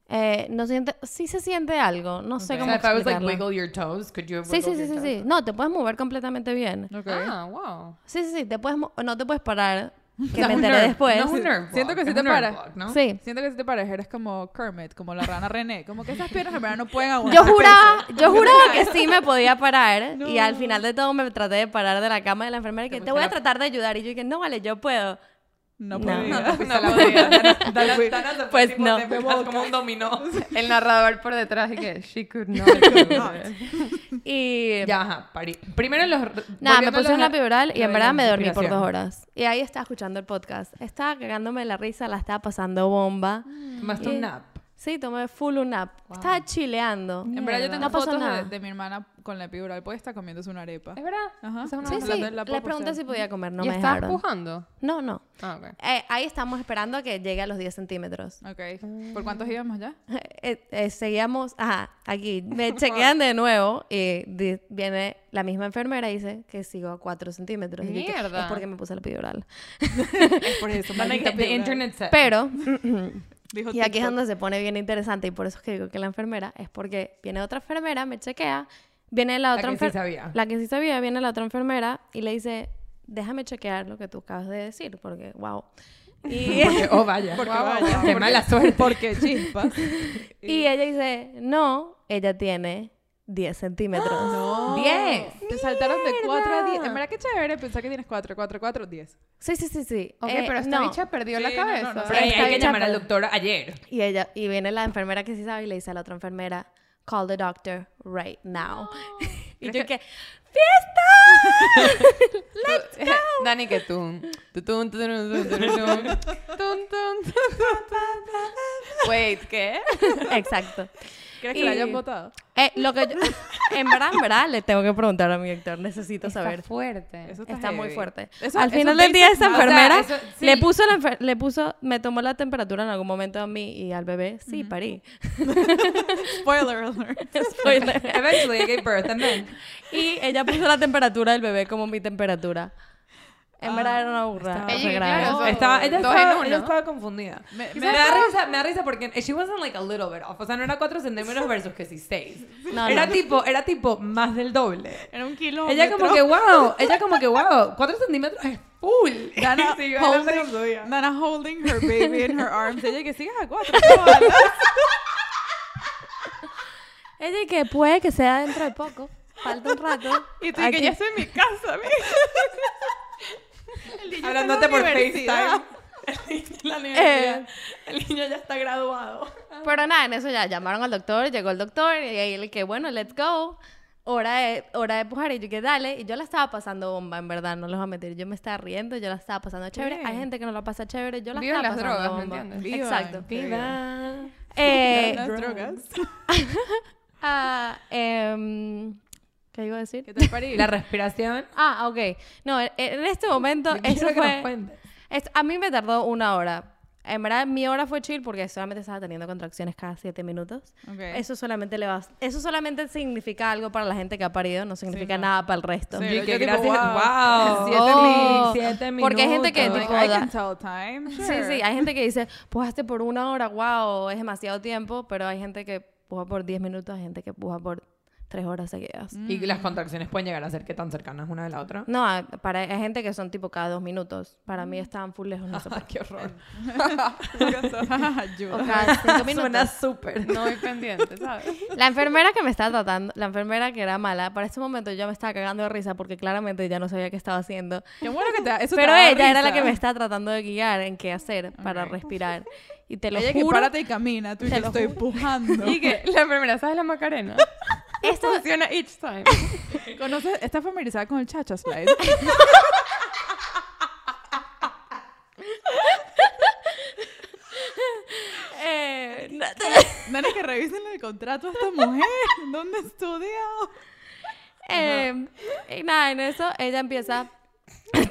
S5: Eh, no siente, sí se siente algo, no sé
S1: Ok.
S5: cómo
S2: So if I was like
S5: explicarlo.
S2: wiggle your toes, could you have
S5: Sí, sí,
S2: wiggled
S5: sí, sí,
S2: your
S5: sí. No, te puedes mover completamente bien.
S1: Ok.
S4: Ah, wow.
S5: Sí, sí, sí. Te puedes mo- no te puedes parar. Que
S2: No,
S5: me
S2: es un
S5: enteré
S2: nerve-
S5: después.
S2: no es un nerve
S1: Siento
S2: block,
S1: que
S2: es
S1: sí
S2: un
S1: te
S2: nerve
S1: para.
S2: block, ¿no?
S5: Sí.
S1: Siento que si te paras, eres como Kermit, como la rana René. Como que esas piernas en verdad no pueden aguantar.
S5: Yo juraba, yo juraba que sí me podía
S1: *laughs*
S5: parar. Y al final de todo me traté de parar de la cama de la enfermera y que te voy a tratar de ayudar. Y yo dije, no, vale, yo puedo.
S1: No
S5: No.
S1: podía. *laughs*
S5: *laughs*
S2: No, no podía. *laughs* Dana- Dana- Dana se fue
S5: Pues
S2: tipo
S5: no.
S2: de- como un dominó.
S4: El narrador por detrás y que she could not.
S5: Y
S2: Ya, ajá, parí. Primero los...
S5: nada, me
S2: volviendo a
S5: pusieron la
S2: los-
S5: epidural y
S2: lo
S5: en
S2: de
S5: verdad
S2: la
S5: me dormí por
S2: respiración.
S5: dos horas. Y ahí estaba escuchando el podcast. Estaba cagándome la risa, la estaba pasando bomba.
S2: Tomaste un nap.
S5: Sí, tomé full un nap. Estaba chileando.
S1: En verdad, yo tengo
S5: No pasó
S1: fotos
S5: nada.
S1: de, de mi hermana con la epidural puesta comiéndose una arepa.
S4: ¿Es verdad?
S1: Ajá.
S4: Esa es una
S5: Sí,
S4: buena
S5: sí.
S1: La- la puedo
S5: Les pregunté
S1: postear.
S5: si podía comer, no
S4: ¿Y
S5: me
S4: estabas
S5: dejaron.
S4: pujando?
S5: No, no.
S4: Ah, ok.
S5: Eh, ahí estamos esperando a que llegue a los 10 centímetros. *laughs*
S1: Ok. ¿Por cuántos íbamos ya?
S5: Eh, eh, seguíamos, ajá, aquí.
S2: *laughs*
S5: Me chequean de nuevo y di- viene la misma enfermera y dice que sigo a 4 centímetros. Y yo que,
S4: Mierda.
S5: es porque me puse
S2: *laughs*
S5: la epidural.
S1: Es por eso.
S2: Dana,
S1: maldita
S2: the
S1: epidural.
S2: internet said.
S5: Pero,
S1: Dijo
S5: y aquí es
S1: TikTok.
S5: donde se pone bien interesante y por eso es que digo que la enfermera es porque viene otra enfermera, me chequea, viene la
S2: La
S5: otra
S2: que sí
S5: enfer-
S2: sabía.
S5: La que sí sabía, viene la otra enfermera y le dice, déjame chequear lo que tú acabas de decir porque,
S2: *laughs*
S5: wow. Y...
S2: Porque, *laughs* oh, vaya.
S1: Porque vaya,
S2: Qué
S1: porque-
S2: mala suerte.
S1: Porque
S2: *laughs*
S1: chispas.
S5: Y ella dice, no, ella tiene 10 centímetros.
S1: No.
S2: 10.
S1: Oh, Te saltaron de 4 a 10.
S5: Mierda.
S1: En verdad, qué chévere pensar que tienes 4, 4, 4, 10.
S5: Sí, sí, sí, sí.
S4: Ok,
S5: Eh,
S4: pero esta
S5: no.
S4: bicha perdió la
S1: Sí, no, no, no,
S4: cabeza.
S1: no.
S2: Pero hay,
S5: Está
S2: hay que
S5: bien
S2: llamar
S5: chata.
S2: al doctor
S1: *laughs*
S2: ayer.
S5: Y ella, y viene la enfermera que sí sabe y le dice a la otra enfermera, call the doctor right now. *laughs* y yo que,
S4: Dani, que tú. Tutun, tutun, tutun,
S5: *laughs*
S4: tutun, tutun, tutun. Wait, ¿qué?
S5: *laughs* exacto.
S1: ¿Crees
S5: Y-
S1: que la hayan votado?
S5: Eh, lo que yo- en verdad, en verdad, le tengo que preguntar a mi doctor, necesito
S4: Está
S5: saber.
S4: fuerte.
S1: Eso
S5: Está muy
S1: heavy.
S5: fuerte.
S1: Eso-
S5: Al
S1: eso
S5: final del
S1: dice
S5: día esa
S1: más.
S5: enfermera
S2: O sea, eso- sí.
S5: le puso la enfer- le puso me tomó la temperatura en algún momento a mí y al bebé, sí, parí. *laughs*
S1: Spoiler alert.
S5: Spoiler.
S2: Eventually I gave birth and then.
S1: uh,
S5: Y ella puso la temperatura del bebé como mi temperatura. En verdad era una burra.
S1: está
S5: fue
S4: bien.
S5: grave.
S4: Claro,
S2: estaba, ella,
S4: Dos en
S2: estaba,
S4: uno.
S2: ella estaba confundida.
S1: Me-
S2: Me,
S1: me-
S2: da risa, me da risa porque she wasn't like a little bit off. O sea, no era 4 centímetros versus que sí 6.
S5: No,
S2: era
S5: no.
S2: tipo, era tipo más del doble.
S1: Era un kilómetro.
S2: Ella como que wow, ella como que wow, 4 centímetros es
S1: *laughs*
S2: full.
S1: Dana,
S2: Sí, yo era *laughs* la
S1: holding, Dana holding her baby in her *laughs* arms. Ella que sigas a
S2: *laughs*
S1: 4.
S5: Ella y que puede que sea dentro de poco. Falta un rato.
S1: Y tú
S5: Aquí-
S1: que ya estoy en mi casa,
S2: Hablándote por
S1: universidad.
S2: FaceTime. La
S5: eh,
S2: universidad. El niño ya está graduado.
S5: Pero nada, en eso ya llamaron al doctor, llegó el doctor y ahí el que, bueno, let's go. hora de, hora de pujar y yo que dale, y yo la estaba pasando bomba, en verdad, no les voy a mentir, yo me estaba riendo, yo la estaba pasando chévere, hay gente que no la pasa chévere, yo la
S4: Vivan
S5: estaba
S4: las
S5: pasando
S4: drogas, ¿me
S5: bomba.
S4: entiendes?
S1: Vivan,
S5: Exacto.
S1: qué bien.
S5: Eh,
S1: *laughs* Las drogas.
S5: ah, em, ¿Qué iba a decir?
S1: ¿Qué tal París?
S2: La respiración.
S5: Ah, ok. No, en, en este momento,
S2: Yo
S5: eso
S2: quiero que nos
S5: fue...
S2: cuentes.
S5: es- a mí me tardó una hora. En verdad, mi hora fue chill porque solamente estaba teniendo contracciones cada siete minutos.
S1: Ok.
S5: Eso solamente le va... Eso solamente significa algo para la gente que ha parido, no significa
S1: no.
S5: nada para el resto.
S1: Sí,
S2: Y
S1: yo
S2: que
S1: tipo,
S2: gracias.
S1: wow.
S2: Wow. *laughs* Siete,
S5: Oh,
S2: mil- siete minutos.
S5: porque hay gente *laughs* que,
S1: Like,
S5: tipo,
S1: I
S5: da-
S1: can tell time.
S5: Sí, sí,
S1: sure.
S5: hay gente que dice, pujaste por una hora, wow, es demasiado tiempo, pero hay gente que puja por 10 minutos, hay gente que puja por 3 horas seguidas.
S2: Y las contracciones pueden llegar a ser que tan cercanas una de la otra.
S5: No, a- para, hay gente que son tipo cada 2 minutos, para mí estaban full lejos, no sé por
S2: Qué
S5: qué. *laughs*
S2: horror.
S5: O
S1: *laughs* Ayuda.
S5: cada 5
S2: *laughs* Suena
S5: minutos.
S2: súper.
S4: No voy pendiente, ¿sabes?
S5: La enfermera que me estaba tratando, la enfermera que era mala, para ese momento yo me estaba cagando de risa porque claramente ya no sabía qué estaba haciendo.
S1: Qué bueno que te eso te
S5: Pero
S1: daba
S5: ella era la
S1: risa.
S5: que me estaba tratando de guiar en qué hacer para
S1: Ok.
S5: respirar. Y te lo
S1: Ella que
S5: juro,
S1: párate y camina, tú y
S5: Te
S1: que
S5: lo
S1: estoy
S5: juro.
S1: pujando.
S4: Y que la enfermera, ¿sabes la Macarena?
S1: *laughs*
S5: esto,
S4: Funciona each time.
S1: ¿Conoces? ¿Estás familiarizada con el chacha slide?
S5: *laughs* eh, no-
S1: Nana, que revisen el contrato a esta mujer. ¿Dónde estudia?
S5: Eh, y nada, en eso ella empieza. *laughs* ella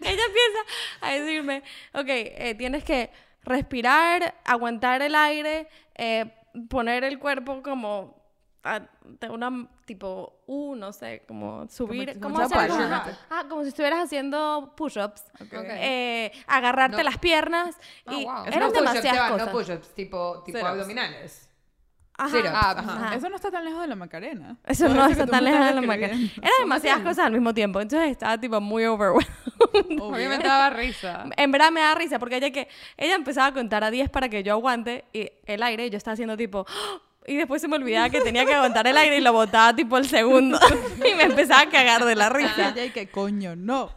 S5: empieza a decirme: Ok, eh, tienes que respirar, aguantar el aire, eh, poner el cuerpo como. a- de una tipo U, no sé, como subir,
S1: como
S5: como, hacer
S1: chapar,
S5: algo,
S1: ajá.
S5: ajá. ah, como si estuvieras haciendo push-ups,
S4: Ok.
S5: eh, agarrarte las piernas
S4: Ah,
S5: y
S4: wow.
S5: eran demasiadas cosas.
S2: No push-ups, tipo, tipo
S1: Sit-ups.
S2: abdominales.
S5: Ajá.
S2: sit-ups.
S5: Ah,
S2: Ajá.
S5: ajá.
S1: Eso no está tan lejos de la Macarena.
S5: Eso
S1: Por
S5: no
S1: que
S5: está
S1: tú
S5: tan
S1: me
S5: lejos
S1: estás
S5: de la Macarena.
S1: describiendo. *laughs*
S5: Eran demasiadas cosas al mismo tiempo. Entonces estaba tipo muy overwhelmed.
S1: Obvio.
S4: Obviamente daba risa.
S5: En verdad me da risa porque ella que ella empezaba a contar a 10 para que yo aguante y el aire y yo estaba haciendo tipo *gasps* ¡Ah! y después se me olvidaba que tenía que aguantar el aire y lo botaba tipo el segundo *laughs* y me empezaba a cagar de la risa.
S1: Ella y que coño,
S5: *laughs*
S1: no.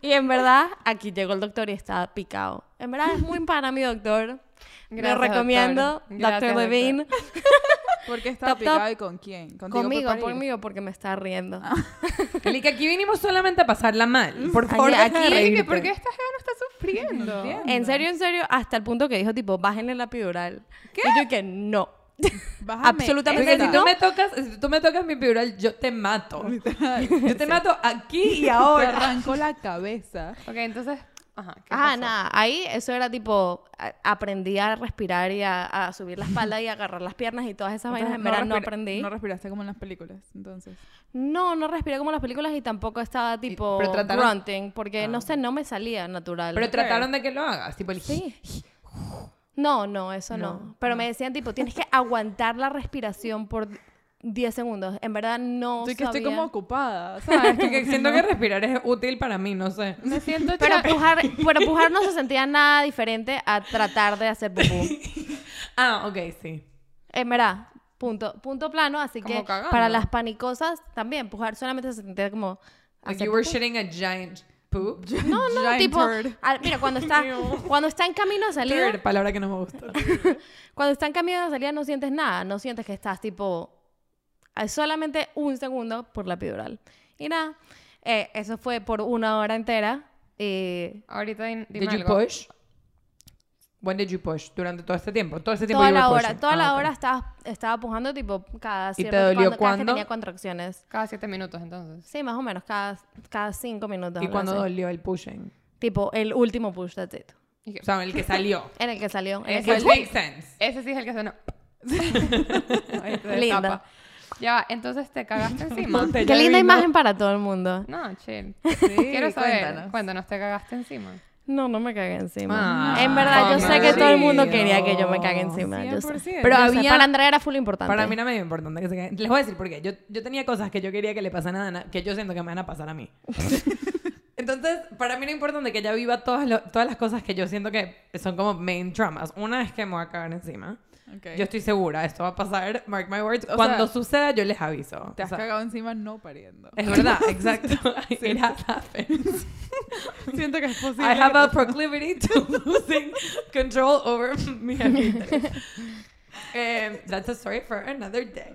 S5: Y en verdad aquí llegó el doctor y estaba picado. En verdad es muy para mi doctor.
S4: Gracias,
S5: lo recomiendo,
S4: doctor.
S5: doctor,
S4: Gracias, doctor.
S5: Levine.
S1: ¿Por qué estaba
S5: Top, top.
S1: picado y con quién? ¿Contigo pues, por
S5: Conmigo,
S1: parir?
S5: conmigo, porque me está riendo.
S2: Eli, que aquí vinimos solamente a pasarla mal. Por
S5: Aquí-
S2: favor, deja de
S5: Mm. aquí-
S4: Y que,
S2: reírte.
S4: ¿por qué esta jeva no está sufriendo?
S1: entiendo.
S5: En serio, en serio, hasta el punto que dijo tipo, bájenle la epidural. Y yo que *laughs* no.
S1: Bájame
S5: Absolutamente
S2: Porque
S1: esta.
S2: si tú me tocas, si tú me tocas mi epidural, yo te mato. *laughs* Yo te mato aquí y
S1: Te
S2: ahora.
S1: arrancó la cabeza.
S4: Ok, entonces, ajá. ¿qué
S5: Ah,
S4: pasó?
S5: nada, ahí eso era tipo, a- aprendí a respirar y a, a subir la espalda y a agarrar las piernas y todas esas vainas. En verdad no
S1: respira-
S5: aprendí.
S1: No respiraste como en las películas, entonces.
S5: No, no respiré como en las películas y tampoco estaba tipo
S2: pero trataron-
S5: grunting, porque no sé, no me salía natural.
S2: Pero trataron de que lo hagas. Tipo el
S5: Sí. No, no, eso no. Pero me decían tipo, tienes que aguantar la respiración por 10 segundos. En verdad no
S1: Estoy que
S5: sabía.
S1: estoy como ocupada,
S2: Ah,
S5: *laughs*
S1: ¿sabes?
S2: *laughs* es que- que siento que respirar es útil para mí, no sé.
S4: Me siento
S5: Pero
S4: chape-
S5: pujar, pero pujar no se sentía nada diferente a tratar de hacer pupú.
S2: Ah, ok, sí.
S5: En verdad, punto, punto plano, así
S4: Como
S5: que
S4: cagando.
S5: para las panicosas también pujar solamente se sentía como
S2: Like
S5: hacer
S2: you were
S5: pupú.
S2: shitting a giant
S5: *laughs*
S2: poop.
S5: No, no,
S1: Giant
S5: tipo,
S1: turd.
S5: al- mira, cuando está cuando está en camino a
S2: Turd,
S5: salir,
S2: palabra que no me gusta.
S5: cuando está en camino a salir no sientes nada, no sientes que estás tipo a- solamente un segundo por la epidural. Y nada, eh, eso fue por una hora entera. eh,
S4: Ahorita di- dime
S2: Did you
S4: algo.
S2: push? When did you push? Durante todo este tiempo. Todo este tiempo
S5: toda
S2: you were
S5: la hora,
S2: pushing.
S5: toda
S2: Ah,
S5: la
S2: ok.
S5: hora estaba, estaba pujando tipo cada
S2: te
S5: cierto-
S2: dolió
S5: cuando, cada vez que
S2: cuándo?
S5: tenía contracciones.
S4: Cada siete minutos, entonces.
S5: Sí, más o menos, cada, cada cinco minutos.
S2: ¿Y
S5: algo
S2: cuando
S5: así.
S2: dolió el pushing?
S5: Tipo, el último push, that's it.
S4: Y que-
S2: O sea, el que salió.
S5: En el que salió. En *laughs* el
S2: It
S5: que
S4: Ese-
S5: salió.
S2: makes sense.
S4: Ese sí es el que suena. *laughs* Ahí se
S5: Linda.
S4: destapa. Ya, va, entonces te cagaste encima.
S2: Ponte,
S5: Qué
S2: ya vino.
S5: linda imagen para todo el mundo.
S4: No, chill.
S1: Sí,
S4: Quiero saber.
S1: cuéntanos.
S4: Cuéntanos. te cagaste encima.
S5: No, no me cagué encima.
S2: Ah,
S5: en verdad, yo sé que
S2: pobrecito.
S5: todo el mundo quería que yo me cague encima. Yo sé.
S1: 100%.
S2: Pero
S5: Yo sé,
S2: había-
S5: para Andrea era full importante.
S2: Para mí era medio importante que se caguen. Les voy a decir por qué. Yo, yo tenía cosas que yo quería que le pasaran a Dana, que yo siento que me van a pasar a
S5: *laughs*
S2: mí. Entonces, para mí era importante que ella viva todas, lo- todas las cosas que yo siento que son como main traumas. Una es que me voy a cagar encima.
S1: Ok.
S2: Yo estoy segura, esto va a pasar, mark my words.
S1: O
S2: Cuando
S1: sea,
S2: suceda, yo les aviso.
S1: Te
S2: O
S1: has
S2: sea, Eh,
S1: cagado encima no pariendo.
S2: Es verdad, exacto. *laughs* It has happened.
S1: *laughs* Siento que es posible.
S2: I have a proclivity to losing control over mi
S1: *laughs*
S2: amígdalas. Em, that's a story for another day.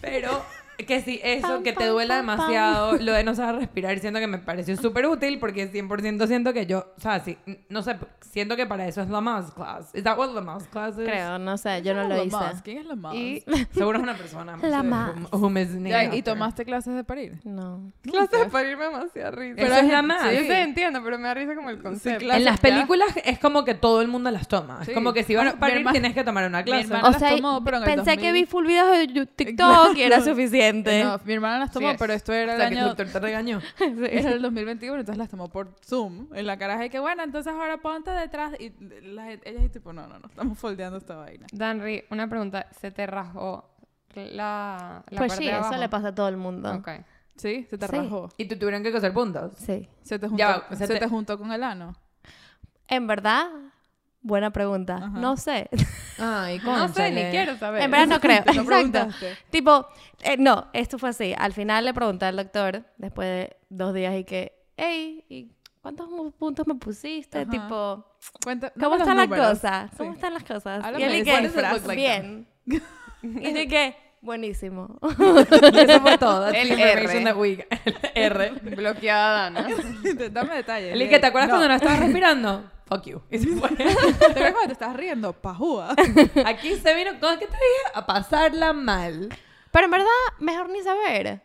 S2: Pero Que sí, eso, que te duela demasiado, lo de no saber respirar, siento que me pareció súper útil porque 100% siento que yo, o sea, sí, no sé, siento que para eso es la mouse class. ¿Es that what la mouse class is?
S5: Creo, no sé, yo no lo hice.
S1: Musk? ¿Quién es la más?
S2: Y seguro es una persona.
S5: La
S2: Musk. Who is named
S1: Ya, ¿Y
S2: after.
S1: tomaste clases de parir?
S5: No.
S4: Clases para irme demasiado risa.
S2: Pero es la
S4: más.
S2: más.
S4: Sí, yo te entiendo, pero me da risa como el concepto.
S2: En las películas es como que todo el mundo las toma.
S1: Sí.
S2: Es como que si vas
S1: Bueno,
S2: a
S1: mi
S2: parir
S1: hermana-
S2: tienes que tomar una clase.
S1: hermana-
S5: O
S1: Las
S5: sea,
S1: tomó, pero en el
S5: pensé que
S1: 2000.
S5: vi full videos de yu- TikTok y *laughs* era suficiente.
S1: No, mi hermana las tomó,
S4: Sí es.
S1: pero esto era
S2: O
S1: el
S2: sea, que tu
S1: año...
S2: doctor te regañó.
S1: Era el 2021, entonces las tomó por Zoom en la caraja y que bueno, entonces ahora ponte detrás y la gente, ella es tipo, no, no, no, estamos foldeando esta vaina.
S4: Danry, una pregunta. ¿Se te rasgó la, la
S5: pues
S4: parte
S5: sí,
S4: de
S5: eso
S4: abajo?
S5: le pasa a todo el mundo.
S4: Ok.
S1: Sí, se te
S5: Sí.
S1: rajó.
S2: Y te tuvieron que coser puntos.
S5: Sí.
S1: Se te juntó,
S2: Ya va,
S1: se
S2: se
S1: te...
S2: te-
S1: juntó con el ano.
S5: En verdad, buena pregunta.
S1: Ajá.
S5: No sé.
S2: Ay,
S4: No sé, ni quiero saber.
S5: *laughs* En verdad
S1: *laughs*
S5: no creo.
S1: Te lo
S5: Exacto.
S1: preguntaste.
S5: Tipo, eh, no, esto fue así. Al final le pregunté al doctor, después de dos días, y que, hey, ¿y cuántos mu- puntos me pusiste?
S1: Ajá.
S5: Tipo,
S1: Cuenta, dame
S5: ¿cómo
S1: los
S5: están las
S1: números.
S5: cosas? ¿Cómo
S1: Sí.
S5: están las cosas?
S1: Háblame
S5: y él
S1: de
S5: y
S1: eso. What does it
S5: que,
S1: look like
S5: bien. y yo y que, buenísimo.
S2: Eso fue todo. That's
S4: El
S2: the information
S4: R.
S2: that we got. El R.
S4: Bloqueada *laughs* Dana.
S1: *laughs* Dame detalles. eh.
S2: El que te acuerdas
S1: No.
S2: cuando no estabas respirando. Fuck you. Y se
S1: *laughs*
S2: fue.
S1: ¿Te acuerdas cuando te estás riendo?
S5: *laughs*
S1: Pajúa.
S2: Aquí se vino, ¿cómo es que te dije? A pasarla mal.
S5: Pero en verdad, mejor ni *laughs* saber.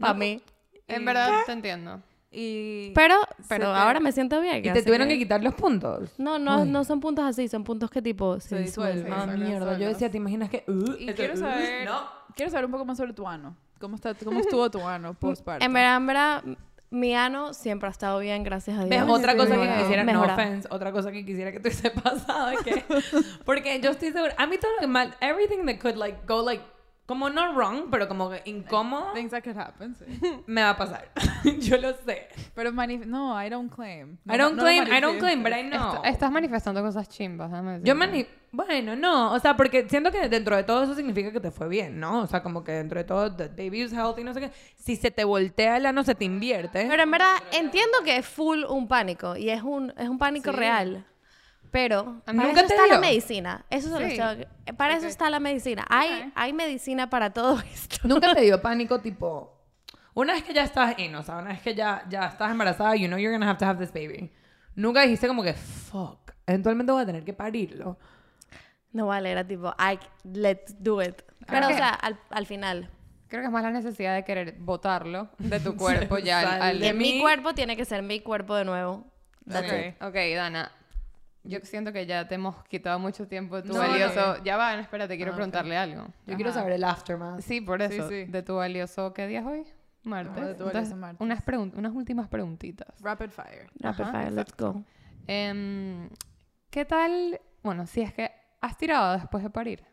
S5: Para mí.
S4: En verdad te entiendo.
S1: Y...
S5: Pero,
S1: te-
S5: pero ahora me siento bien.
S2: Y te
S5: así
S2: tuvieron que quitar los puntos.
S5: No, no, no son puntos así, son puntos que tipo se,
S1: Se disuelven.
S5: disuelven.
S2: Ah,
S1: son
S2: mierda.
S1: solos.
S2: Yo decía, ¿te imaginas que? uh,
S1: Y
S2: esto,
S1: quiero
S2: *laughs* uh,
S1: saber-
S2: No.
S1: Quiero saber un poco más sobre tu ano. ¿Cómo, está, cómo estuvo tu
S5: *laughs*
S1: ano postparto?
S5: En verdad, en verdad, mi ano siempre ha estado bien, gracias a Dios.
S2: ¿Ves? Otra
S5: Sí,
S2: cosa que
S5: mejorado,
S2: quisiera, no
S5: mejorado.
S2: offense, otra cosa que quisiera que te hubiese pasado es que, *laughs* porque yo estoy segura, a mí todo lo que mal, everything that could like go like, como no wrong, pero como que incómodo,
S1: Things that could happen, sí.
S2: me va a pasar. *laughs* yo lo sé.
S1: Pero manif- no, I don't claim. No,
S2: I don't
S1: no lo
S2: claim, I don't claim,
S1: manifiestes.
S2: but I know.
S4: Est- estás manifestando cosas chimbas, déjame decirte.
S2: Yo mani... Bueno, no, o sea, porque siento que dentro de todo eso significa que te fue bien, ¿no? O sea, como que dentro de todo, the baby is healthy, no sé qué. Si se te voltea el ano, se te invierte.
S5: Pero en verdad, entiendo que es full un pánico y es un, es un pánico real. Pero
S4: A mí
S5: para
S2: nunca
S5: eso
S2: te
S5: está la
S2: dio.
S5: medicina. Eso se los
S4: Sí.
S5: tengo que- Para eso está la medicina. Hay, hay medicina para todo *laughs* esto.
S2: Nunca te dio pánico, tipo, una vez que ya estás in, o sea, una vez que ya, ya estás embarazada, you know you're gonna have to have this baby. Nunca dijiste como que, fuck, eventualmente voy a tener que parirlo.
S5: No vale, era tipo, I, let's do it. Pero, o sea, al, al final.
S4: Creo que es más la necesidad de querer botarlo de *laughs* tu cuerpo ya al- al,
S5: Que mi cuerpo tiene que ser mi cuerpo de nuevo. That's it.
S4: Ok, Dana. Yo siento que ya te hemos quitado mucho tiempo de tu
S2: No, Ah,
S4: valioso. Ya va, no, espérate, quiero preguntarle algo.
S2: Yo quiero saber el aftermath.
S4: Sí, por eso.
S1: sí.
S4: De tu valioso, ¿qué día es hoy? Martes.
S2: Ah,
S1: Ajá, de tu valioso
S4: Entonces,
S1: martes.
S4: Unas, pregun- unas últimas preguntitas.
S1: Rapid fire.
S5: Rapid
S4: Ajá,
S5: fire, let's go.
S4: Em, ¿Qué tal? Bueno, si es que has tirado después de parir.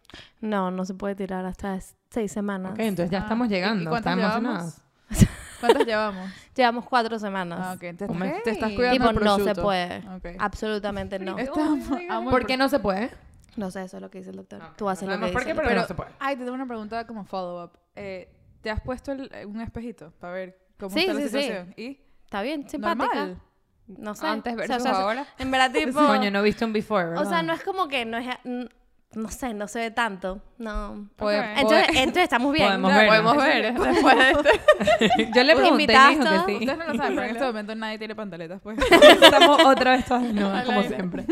S5: No, no se puede tirar hasta es- seis semanas.
S2: Ok, entonces ya
S1: Ah,
S2: estamos
S1: ¿y- y
S2: llegando.
S1: cuántos
S2: estamos
S1: llevamos?
S2: emocionadas.
S1: *laughs* ¿Cuántas
S2: *laughs*
S1: llevamos?
S5: Llevamos cuatro semanas.
S1: Ah, ok. Te estás,
S2: Un mes.
S1: te estás
S4: Ok.
S1: cuidando
S5: Tipo,
S1: el
S5: no se
S1: prosciutto.
S5: puede.
S1: Ok.
S5: Absolutamente no.
S1: Este amo- amo el
S2: ¿Por qué no se puede?
S5: No sé, eso es lo que dice el doctor.
S2: Ok,
S5: Tú haces lo que
S2: sabemos por
S5: dice
S2: qué,
S5: el
S2: pero
S5: doctor.
S2: no se puede.
S1: Ay, te tengo una pregunta como follow-up. Eh, ¿Te has puesto el- un espejito para ver cómo
S5: Sí,
S1: está la
S5: sí, sí.
S1: situación? ¿Y?
S5: Está bien, simpática.
S1: Normal.
S5: No sé.
S4: Antes versus ahora.
S5: En verdad, tipo...
S2: Coño, no viste un before, ¿verdad?
S5: o sea, no es como que no es... n- No sé, no se ve tanto. No.
S2: Puede-
S4: Ok.
S5: Entonces, entonces estamos bien.
S2: Podemos ver.
S4: Podemos ver
S5: *laughs*
S4: después de este.
S2: *laughs* Yo le
S5: Los
S2: pregunté y me dijo
S5: invitados.
S2: que sí.
S1: Ustedes *laughs* no lo saben, pero en este momento nadie tiene pantaletas, pues.
S2: *laughs* Estamos otra vez todas desnudas, como siempre.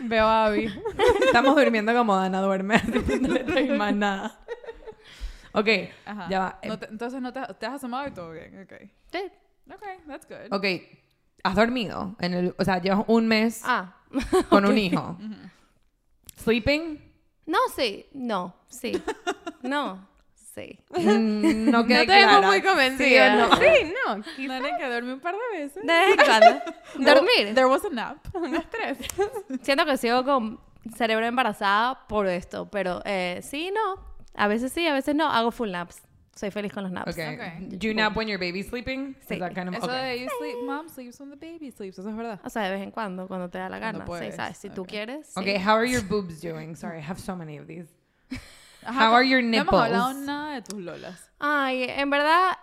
S4: Veo a Abby.
S2: Estamos durmiendo como Dana duerme, *laughs* así, no le traes más nada. Ok,
S1: *laughs* Ajá.
S2: ya va. em,
S1: No te- entonces no te, has- te has asomado y todo bien. Ok.
S5: Sí.
S1: Ok, that's good.
S2: Ok, has dormido. En el, o sea, llevas un mes
S5: Ah.
S2: con un hijo. Sleeping.
S5: No, sí. No, sí. No, sí.
S2: Mm, No quedé
S4: No te
S2: clara.
S4: vemos muy convencida.
S2: Sí o no.
S4: Sí, no. quizá
S1: Tienen que dormir un par de veces.
S5: De vez en cuando. Dormir.
S1: There was a
S2: *laughs*
S1: nap.
S4: Unas tres.
S5: Siento que sigo con cerebro embarazada por esto, pero eh, sí, no. A veces sí, a veces no. Hago full naps. Soy feliz con los naps.
S2: Okay.
S1: Ok.
S2: Do you nap when your baby's sleeping?
S5: Sí.
S2: Is that kind of-
S1: Eso
S2: ok.
S1: de you sleep, mom sleeps when the baby sleeps. Eso es verdad.
S5: O sea, de vez en cuando, cuando te da la
S1: Cuando
S5: gana. Sí,
S1: puedes,
S5: ¿sabes? Si tú
S1: ok.
S5: quieres. sí.
S2: Okay, how are your boobs doing? Sorry, I have so many of these.
S1: Ajá,
S2: How are your
S1: No hemos hablado
S2: nipples?
S1: nada de tus lolas.
S5: Ay, en verdad,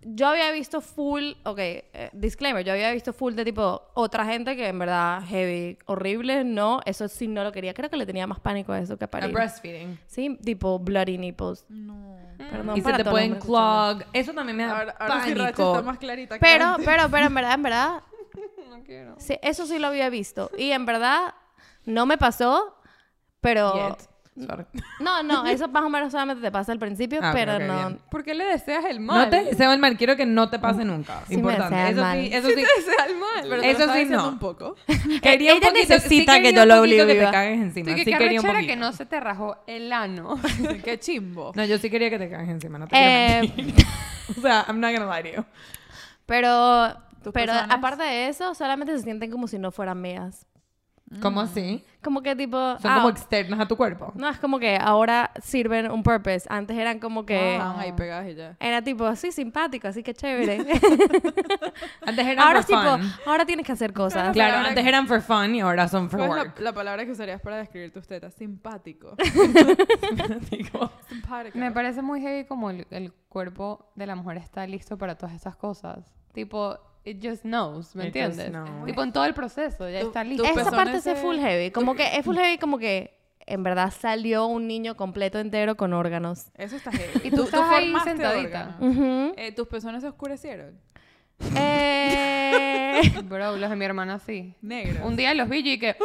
S5: yo había visto full, ok, eh, disclaimer, yo había visto full de tipo otra gente que en verdad heavy, horrible, no, eso sí no lo quería, creo que le tenía más pánico a eso que a
S2: A
S5: parir.
S2: breastfeeding.
S5: Sí, tipo bloody nipples.
S1: No.
S5: Perdón,
S2: y se
S5: para
S2: te
S5: todos
S2: pueden
S5: los hombres
S2: clog. Eso también me da
S1: Ahora, ahora sí Racha
S2: pánico.
S1: está más clarita. que
S5: que escuchan.
S1: antes. *laughs*
S5: Pero, pero, pero en verdad,
S2: *laughs*
S5: en verdad,
S4: No quiero.
S5: sí, eso sí lo había visto. Y en verdad, no me pasó, pero...
S2: Yet. Sorry.
S5: No,
S2: *laughs*
S5: no, eso más o menos solamente te pasa al principio,
S2: Ah, ok,
S5: pero
S2: ok,
S5: no. Mm.
S2: bien.
S4: ¿Por qué le deseas el mal?
S2: No te deseo el mal, quiero que no te pase nunca.
S5: Sí me desea
S2: Importante.
S5: el
S2: Eso
S5: mal.
S2: sí, eso
S4: Sí
S2: sí.
S4: te desea el mal.
S1: Pero te
S2: Eso
S1: lo estaba
S2: sí,
S1: diciendo
S2: no.
S1: un *laughs* poco.
S2: Quería un
S5: Ella
S2: poquito,
S5: necesita
S2: sí
S5: que
S2: quería
S5: yo
S2: un
S5: lo
S2: poquito que
S5: obliviva.
S2: te cagues encima.
S4: Sí, que
S2: Sí quería un
S4: carrechera
S2: poquito.
S4: que no se te rajó el ano.
S2: *laughs*
S1: Qué chimbo.
S2: No, yo sí quería que te cagues encima, no te quiero
S5: Eh,
S2: mentir. *laughs* O sea, I'm not gonna lie to you.
S5: pero,
S1: ¿Tus
S5: pero
S1: personas?
S5: aparte de eso, solamente se sienten como si no fueran mías.
S2: ¿Cómo así?
S5: Como que tipo...
S2: Son
S5: ah,
S2: como externas a tu cuerpo.
S5: No, es como que ahora sirven un purpose. Antes eran como que...
S2: Ah.
S1: Estaban ahí pegadas y ya.
S5: Era tipo así simpático, así que
S2: *laughs*
S5: chévere.
S2: Antes eran
S5: ahora es
S2: for
S5: tipo,
S2: fun.
S5: ahora tienes que hacer cosas.
S2: Claro,
S1: ahora-
S2: antes eran for fun y ahora son for
S4: Pues
S1: ¿Cuál es la,
S2: work.
S1: la palabra que usarías para describir tus tetas? *laughs* Simpático.
S2: Digo,
S1: Simpático.
S4: Me parece muy heavy como el, el cuerpo de la mujer está listo para todas estas cosas. Tipo, it just knows, ¿me
S2: It just
S4: entiendes?
S2: knows.
S4: Tipo, en todo el proceso ya
S1: Tú-
S4: está
S1: tú
S4: listo.
S1: tus
S5: Esa
S1: pezones
S5: parte sí es
S1: se-
S5: full heavy. Como que es full heavy como que en verdad salió un niño completo entero con órganos.
S1: Eso está heavy.
S4: Y tú estás ahí
S1: formaste
S4: sentadita.
S1: órgano.
S5: Ujú.
S1: Eh, ¿Tus pezones se oscurecieron?
S5: Eh,
S4: Bro, los de mi hermana sí.
S1: Negro.
S4: Un día los vi y que...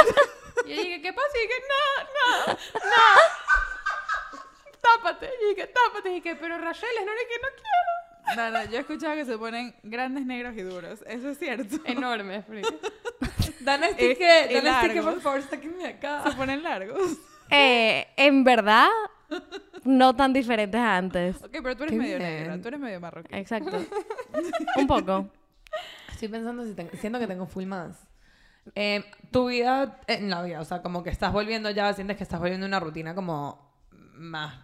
S2: *laughs*
S4: y yo dije, ¿qué pasa? Y dije, no, no, no.
S1: *laughs*
S4: tápate. Y dije, tápate. Y dije, pero Rayeles, no, que no quiero.
S1: No, no, yo he escuchado que se ponen grandes, negros y duros. Eso es cierto.
S4: Enorme, Free.
S2: Dale
S1: *laughs* Es-
S2: sticker,
S1: es
S2: dale sticker
S1: largo.
S2: por favor, sáquenme acá.
S1: Se ponen largos.
S5: eh, en verdad, no tan diferentes a antes.
S1: *laughs* Ok, pero tú eres
S2: Qué
S1: medio
S2: bien.
S1: negra, tú eres medio marroquí.
S5: Exacto. Un poco.
S2: Estoy pensando si tengo, siento que tengo full más. Eh, tu vida eh, en la vida, o sea, como que estás volviendo ya, sientes que estás volviendo a una rutina como más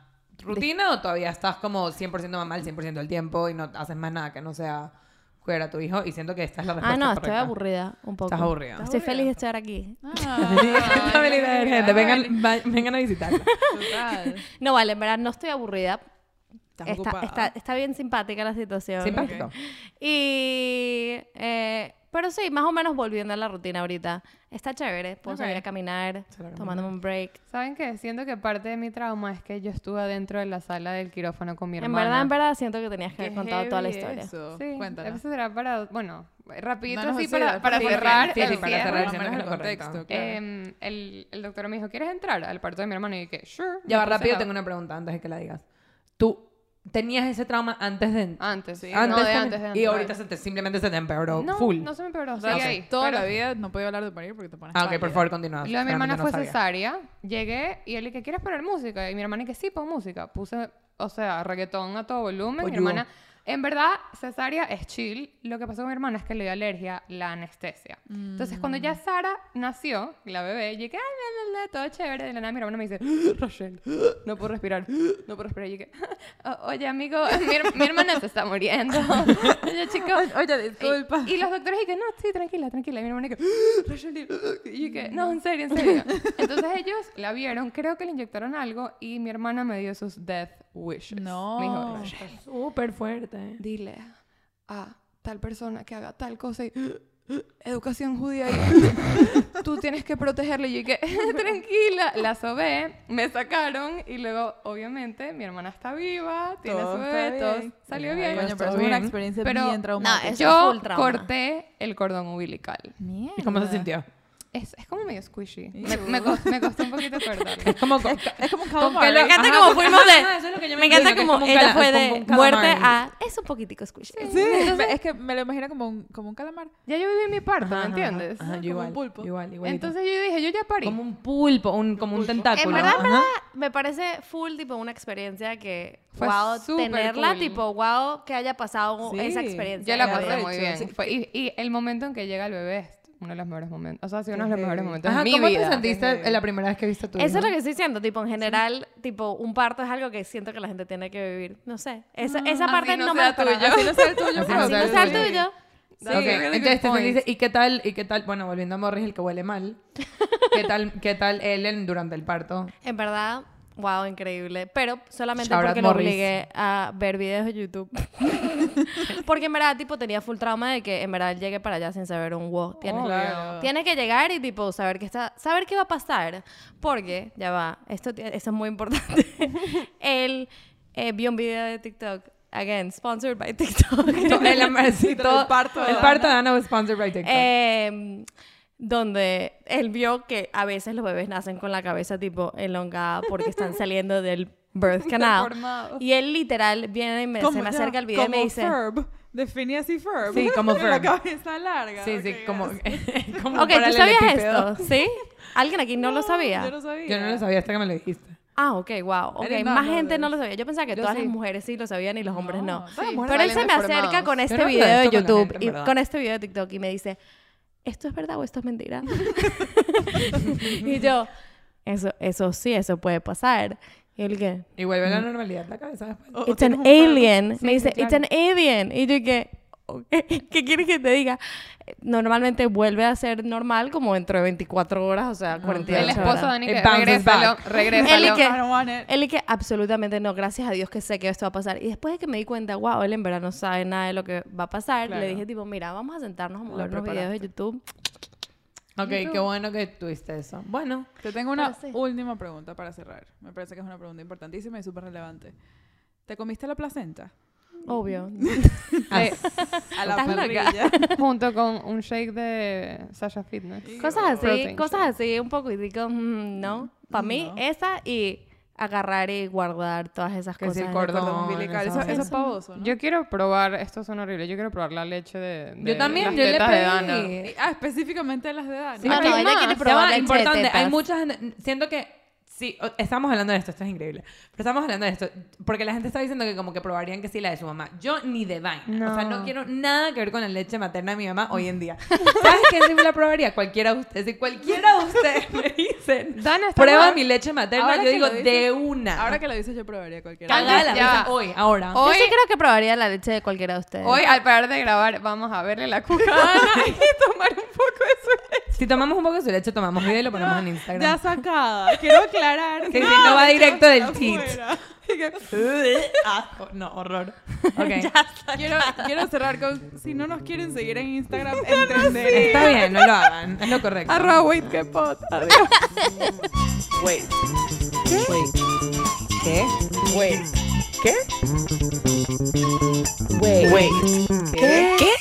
S2: rutina o todavía estás como 100% mamá el 100% del tiempo y no haces más nada que no sea cuidar a tu hijo y siento que esta es la respuesta
S5: Ah, no, estoy
S2: correcta. *laughs*
S5: aburrida un poco.
S2: Estás aburrida.
S5: Estoy feliz de estar aquí.
S1: Ah,
S2: *laughs* Esta habilidad de gente, vengan, va- vengan a visitarla. *laughs*
S1: total.
S5: No, vale, en verdad no estoy aburrida.
S1: Estás
S5: Está,
S1: ocupada.
S5: está, está bien simpática la situación.
S2: Simpático.
S5: *laughs* Y. eh, pero sí, más o menos volviendo a la rutina ahorita. Está chévere. Puedo
S2: Ok.
S5: salir a caminar,
S2: Salir a
S5: tomándome un break.
S4: ¿Saben qué? Siento que parte de mi trauma es que yo estuve adentro de la sala del quirófano con mi
S5: En
S4: hermana.
S5: verdad, en verdad, siento que tenías que
S1: Qué
S5: haber contado toda la
S1: heavy
S5: historia. *laughs*
S1: Eso.
S4: Sí,
S2: Oh,
S1: Cuéntala.
S4: eso será para, bueno, rapidito
S1: No, no,
S4: así
S1: sí,
S4: para,
S1: sí,
S4: para
S1: sí,
S4: cerrar
S2: sí,
S4: el
S2: sí, para
S4: cierro.
S2: cerrar.
S1: Más o menos
S2: siendo
S1: el
S2: lo correcto.
S1: contexto. claro.
S4: Eh, el, el doctor me dijo, ¿quieres entrar al parto de mi hermano? Y yo dije, sure.
S2: Ya va,
S4: me puse
S2: rápido
S4: la-
S2: tengo una pregunta antes de que la digas. ¿Tú tenías ese trauma antes de...
S4: Antes, Ah, sí.
S2: antes
S4: no,
S2: de-
S4: de antes, de antes.
S2: Y ahorita se te- simplemente se te empeoró
S4: no,
S2: full.
S4: no se me empeoró.
S1: Toda-
S4: sigue ahí.
S1: toda
S4: Pero
S1: la vida no podía hablar de parir porque te pones
S2: Ah, ok,
S1: pálida.
S2: por favor, continúa.
S4: Lo de mi
S2: Realmente
S4: hermana
S2: no
S4: fue
S2: sabía.
S4: cesárea. Llegué y él dije, ¿quieres poner música? Y mi hermana, que sí, pon música. Puse, o sea, reggaetón a todo volumen. Mi
S2: Oyú.
S4: hermana, en verdad, cesárea es chill. Lo que pasó con mi hermana es que le dio alergia la anestesia. Entonces, cuando
S2: Mm.
S4: ya Sara nació, la bebé, llegué, ay, la, la, la, todo chévere. De la nada, mi hermana me dice, Rachel, no puedo respirar, no puedo respirar. Y *laughs* llegué, oye, amigo, *laughs* mi, her- mi hermana se está muriendo. oye, chico,
S1: Oye, disculpa.
S4: y, y los doctores dije, no, sí, tranquila, tranquila. Y mi hermana que, "Ah, Rachel, di- ah". y yo que, no, en serio, en
S1: *laughs*
S4: serio. Entonces ellos la vieron, creo que le inyectaron algo y mi hermana me dio sus death wishes.
S1: No.
S4: Me dijo, "Rachel,
S2: Súper fuerte.
S4: dile a tal persona que haga tal cosa y "Ah, educación judía
S1: *laughs*
S4: y tú tienes que protegerle. Y yo que, *laughs* tranquila, la sobé, me sacaron y luego, obviamente, mi hermana está viva, tiene
S1: Todo
S4: su
S1: está
S4: bebé, todo
S1: bien.
S4: salió
S2: Mira,
S4: bien.
S1: Coño, pero
S2: Todo
S1: es una
S2: bien.
S1: experiencia
S4: Pero-
S1: bien traumática.
S5: No, es- Eso
S4: Yo
S5: full trauma.
S4: corté el cordón umbilical.
S2: ¿Y cómo se sintió?
S4: Es, es como medio squishy. Me,
S1: Ew.
S4: me cos- me costó
S2: *laughs*
S4: un poquito cortarlo.
S2: Es como... co-
S1: Es como un
S2: Con que
S1: calamar.
S2: lo-
S5: Me encanta
S2: Ajá,
S5: como
S2: ajá,
S5: fuimos
S2: ajá,
S5: de.
S2: eso es lo que yo
S5: me encanta
S2: imagino, que es
S5: como
S2: un
S5: ella
S2: cala-
S5: fue
S2: como
S5: de
S2: un calamar.
S5: muerte a. Es un poquitico squishy.
S1: Sí, es que me lo imagino como un, como un calamar.
S4: Ya yo viví mi parto,
S2: Ajá,
S4: ¿me entiendes?
S2: Ajá,
S1: Como un
S2: yo igual.
S1: pulpo.
S2: Igual, igual.
S4: Entonces yo dije, yo ya parí.
S2: Como un pulpo, un, como un tentáculo.
S5: En verdad, en
S2: Ajá.
S5: verdad, me parece full, tipo, una experiencia que,
S4: Fue
S5: wow,
S4: súper
S5: tenerla,
S4: cool.
S5: tipo, wow, que haya pasado
S1: Sí,
S5: esa experiencia.
S4: Yo la
S5: de
S4: pasé
S5: verdad.
S1: arrecho,
S4: muy bien.
S1: sí.
S4: Fue- y, y el momento en que llega el bebé es uno de los mejores momentos. O sea, ha sido uno de los
S1: Qué
S4: mejores
S1: heavy.
S4: momentos
S2: Ajá,
S4: de mi
S2: ¿cómo
S4: vida.
S2: te sentiste
S1: Qué
S2: la primera vez que viste a tu
S5: Eso es
S2: hijo?
S5: lo que estoy diciendo, tipo, en general, tipo, un parto es algo que siento que la gente tiene que vivir. No sé, esa, esa
S4: así
S5: parte
S4: no
S5: no, me
S4: sea
S5: la esperaba.
S4: tuyo.
S1: Así no sea el tuyo.
S2: *laughs* Así
S5: Así no sea el
S2: tuyo.
S5: tuyo.
S4: That's a
S2: Ok,
S4: really good
S2: Entonces te
S4: point.
S2: dice, ¿y qué tal? ¿Y qué tal? Bueno, volviendo a Morris, el que huele mal. ¿Qué tal, qué tal él en- durante el parto?
S5: En verdad, Wow, increíble. Pero solamente
S2: Shout out
S5: porque lo
S2: Morris.
S5: obligué a ver videos de YouTube. *laughs* porque en verdad, tipo, tenía full trauma de que en verdad llegué para allá sin saber un wow. Tienes,
S1: Obvio.
S5: tienes que llegar y, tipo, saber qué está, saber qué va a pasar. Porque, ya va, esto, ti- esto es muy importante. *laughs* Él eh, vio un video de TikTok. Again, sponsored by
S2: *laughs*
S5: TikTok.
S2: El, amorcito-
S1: El parto de
S2: el parto de Ana was sponsored by TikTok.
S5: Eh, donde él vio que a veces los bebés nacen con la cabeza tipo elongada
S1: *laughs*
S5: porque están saliendo del birth canal.
S4: Deformados.
S5: y él literal viene y me, se
S1: Como-
S5: me
S1: ya,
S5: acerca el video y
S1: como
S5: me dice,
S1: Ferb. Definí así Ferb.
S2: Sí, como
S1: Con *laughs* La
S2: Ferb.
S1: cabeza larga.
S2: sí, sí,
S1: Ok,
S2: como, *laughs*
S1: gracias.
S5: eh,
S2: como
S5: ok, ¿tú sabías
S2: paralelepípedo.
S5: esto? ¿Sí? ¿Alguien aquí no, lo
S1: Yo
S5: sabía?
S1: no sabía.
S2: Yo no
S1: *laughs*
S2: lo sabía hasta que me lo dijiste.
S5: Ah, ok, wow. Ok,
S1: didn't
S5: más
S1: know
S5: gente
S1: this.
S5: no lo sabía. Yo pensaba que
S2: Yo
S5: todas
S2: sí.
S5: las mujeres sí lo sabían y los hombres no.
S1: Sí.
S4: Todas las mujeres
S5: Pero él se
S4: salen
S5: me acerca
S4: deformados.
S5: con este
S2: no hablo de
S5: video de
S2: esto con la
S5: YouTube,
S2: gente, en
S5: y-
S2: verdad.
S5: con este video de TikTok y me dice, ¿esto es verdad o esto es mentira? *laughs* y yo, eso, eso sí, eso puede pasar. Y él que,
S2: Y vuelve a la normalidad la cabeza después.
S1: O- o
S5: Mm. it's
S1: tienes
S5: an
S1: un Ferb.
S5: alien.
S2: Sí,
S5: me dice,
S2: claro.
S5: it's an alien. Y yo que, "Ok, *laughs* ¿qué quieres que te diga? Normalmente vuelve a ser normal como dentro de 24 horas, o
S2: Ah,
S5: sea, 48
S4: El esposo de
S5: horas.
S4: Dani
S2: It
S4: que
S2: bounces
S4: regrésalo,
S2: back.
S4: *laughs* regrésalo.
S5: Él y que- Eh,
S1: I don't want it.
S5: Él y que absolutamente no, gracias a Dios que sé que esto va a pasar. Y después de que me di cuenta, wow, él en verdad no sabe nada de lo que va a pasar,
S1: Claro.
S5: le dije tipo, mira, vamos a sentarnos a mover unos videos de
S1: preparaste.
S5: YouTube.
S2: Ok, qué bueno que tuviste eso. Bueno,
S1: Te tengo una
S5: Pero sí.
S1: última pregunta para cerrar. Me parece que es una pregunta importantísima y súper relevante. ¿Te comiste la placenta?
S5: Obvio.
S2: así.
S1: A la
S5: Estás *laughs* loca.
S1: parrilla.
S4: eh, junto con un shake de Sasha Fitness.
S5: *laughs* cosas así,
S4: Protein
S5: cosas así, un poco y digo, mm, no. Para mí,
S1: No.
S5: esa y agarrar y guardar todas esas
S2: Que
S5: cosas.
S2: si el
S5: en el
S2: cordón
S5: cordón.
S1: umbilical. Eso,
S2: esa
S1: eso es
S5: vaina.
S1: pavoso, ¿no?
S4: Yo quiero probar, esto suena horrible, yo quiero probar la leche de, de
S2: Yo también,
S4: las
S2: yo le
S4: tetas de
S2: pedí.
S4: Dana.
S1: Ah, específicamente las de Dani.
S5: Ah, no,
S2: hay
S5: ella
S2: más.
S5: quiere
S2: Ya
S5: probar
S2: va,
S5: leche de
S2: importante. Hay
S5: tetas.
S2: muchas. Siento que. Sí, o- estamos hablando de esto, esto es increíble. Pero estamos hablando de esto, porque la gente está diciendo que como que probarían que sí la de su mamá. Yo ni de vaina. O sea, no
S4: No.
S2: quiero nada que ver con la leche materna de mi mamá hoy en día. *laughs* ¿Sabes qué sí la probaría? Cualquiera de ustedes. Si cualquiera de ustedes me *laughs* dicen,
S4: Dana está
S2: prueba
S4: mal.
S2: mi leche materna,
S1: Ahora
S2: yo
S1: que
S2: digo,
S1: lo dices-
S2: de una.
S1: Ahora que lo dices, yo probaría cualquier
S4: Cal-
S2: Cagada la
S4: Ya.
S2: risa hoy, ahora.
S5: Yo
S4: Hoy,
S5: sí creo que probaría la leche de cualquiera de ustedes.
S4: hoy, al parar de grabar, vamos a verle la cuca a Dana y tomar un poco de su leche.
S2: Si tomamos un poco de su leche, tomamos video y lo ponemos en Instagram.
S1: Ya sacada. Quiero aclarar.
S2: Sí, sí, no va directo del
S1: afuera.
S2: cheat. *laughs* Asco, no, horror. *laughs* Ok.
S1: Quiero, quiero cerrar con, si no nos quieren seguir en
S5: *laughs*
S1: Instagram, entender.
S2: Está bien, no lo hagan. Es lo correcto.
S1: Arroba wait, qué pot. Adiós.
S2: Wait. ¿Qué? Wait. ¿Qué? Wait. Wait. ¿Qué? ¿Qué?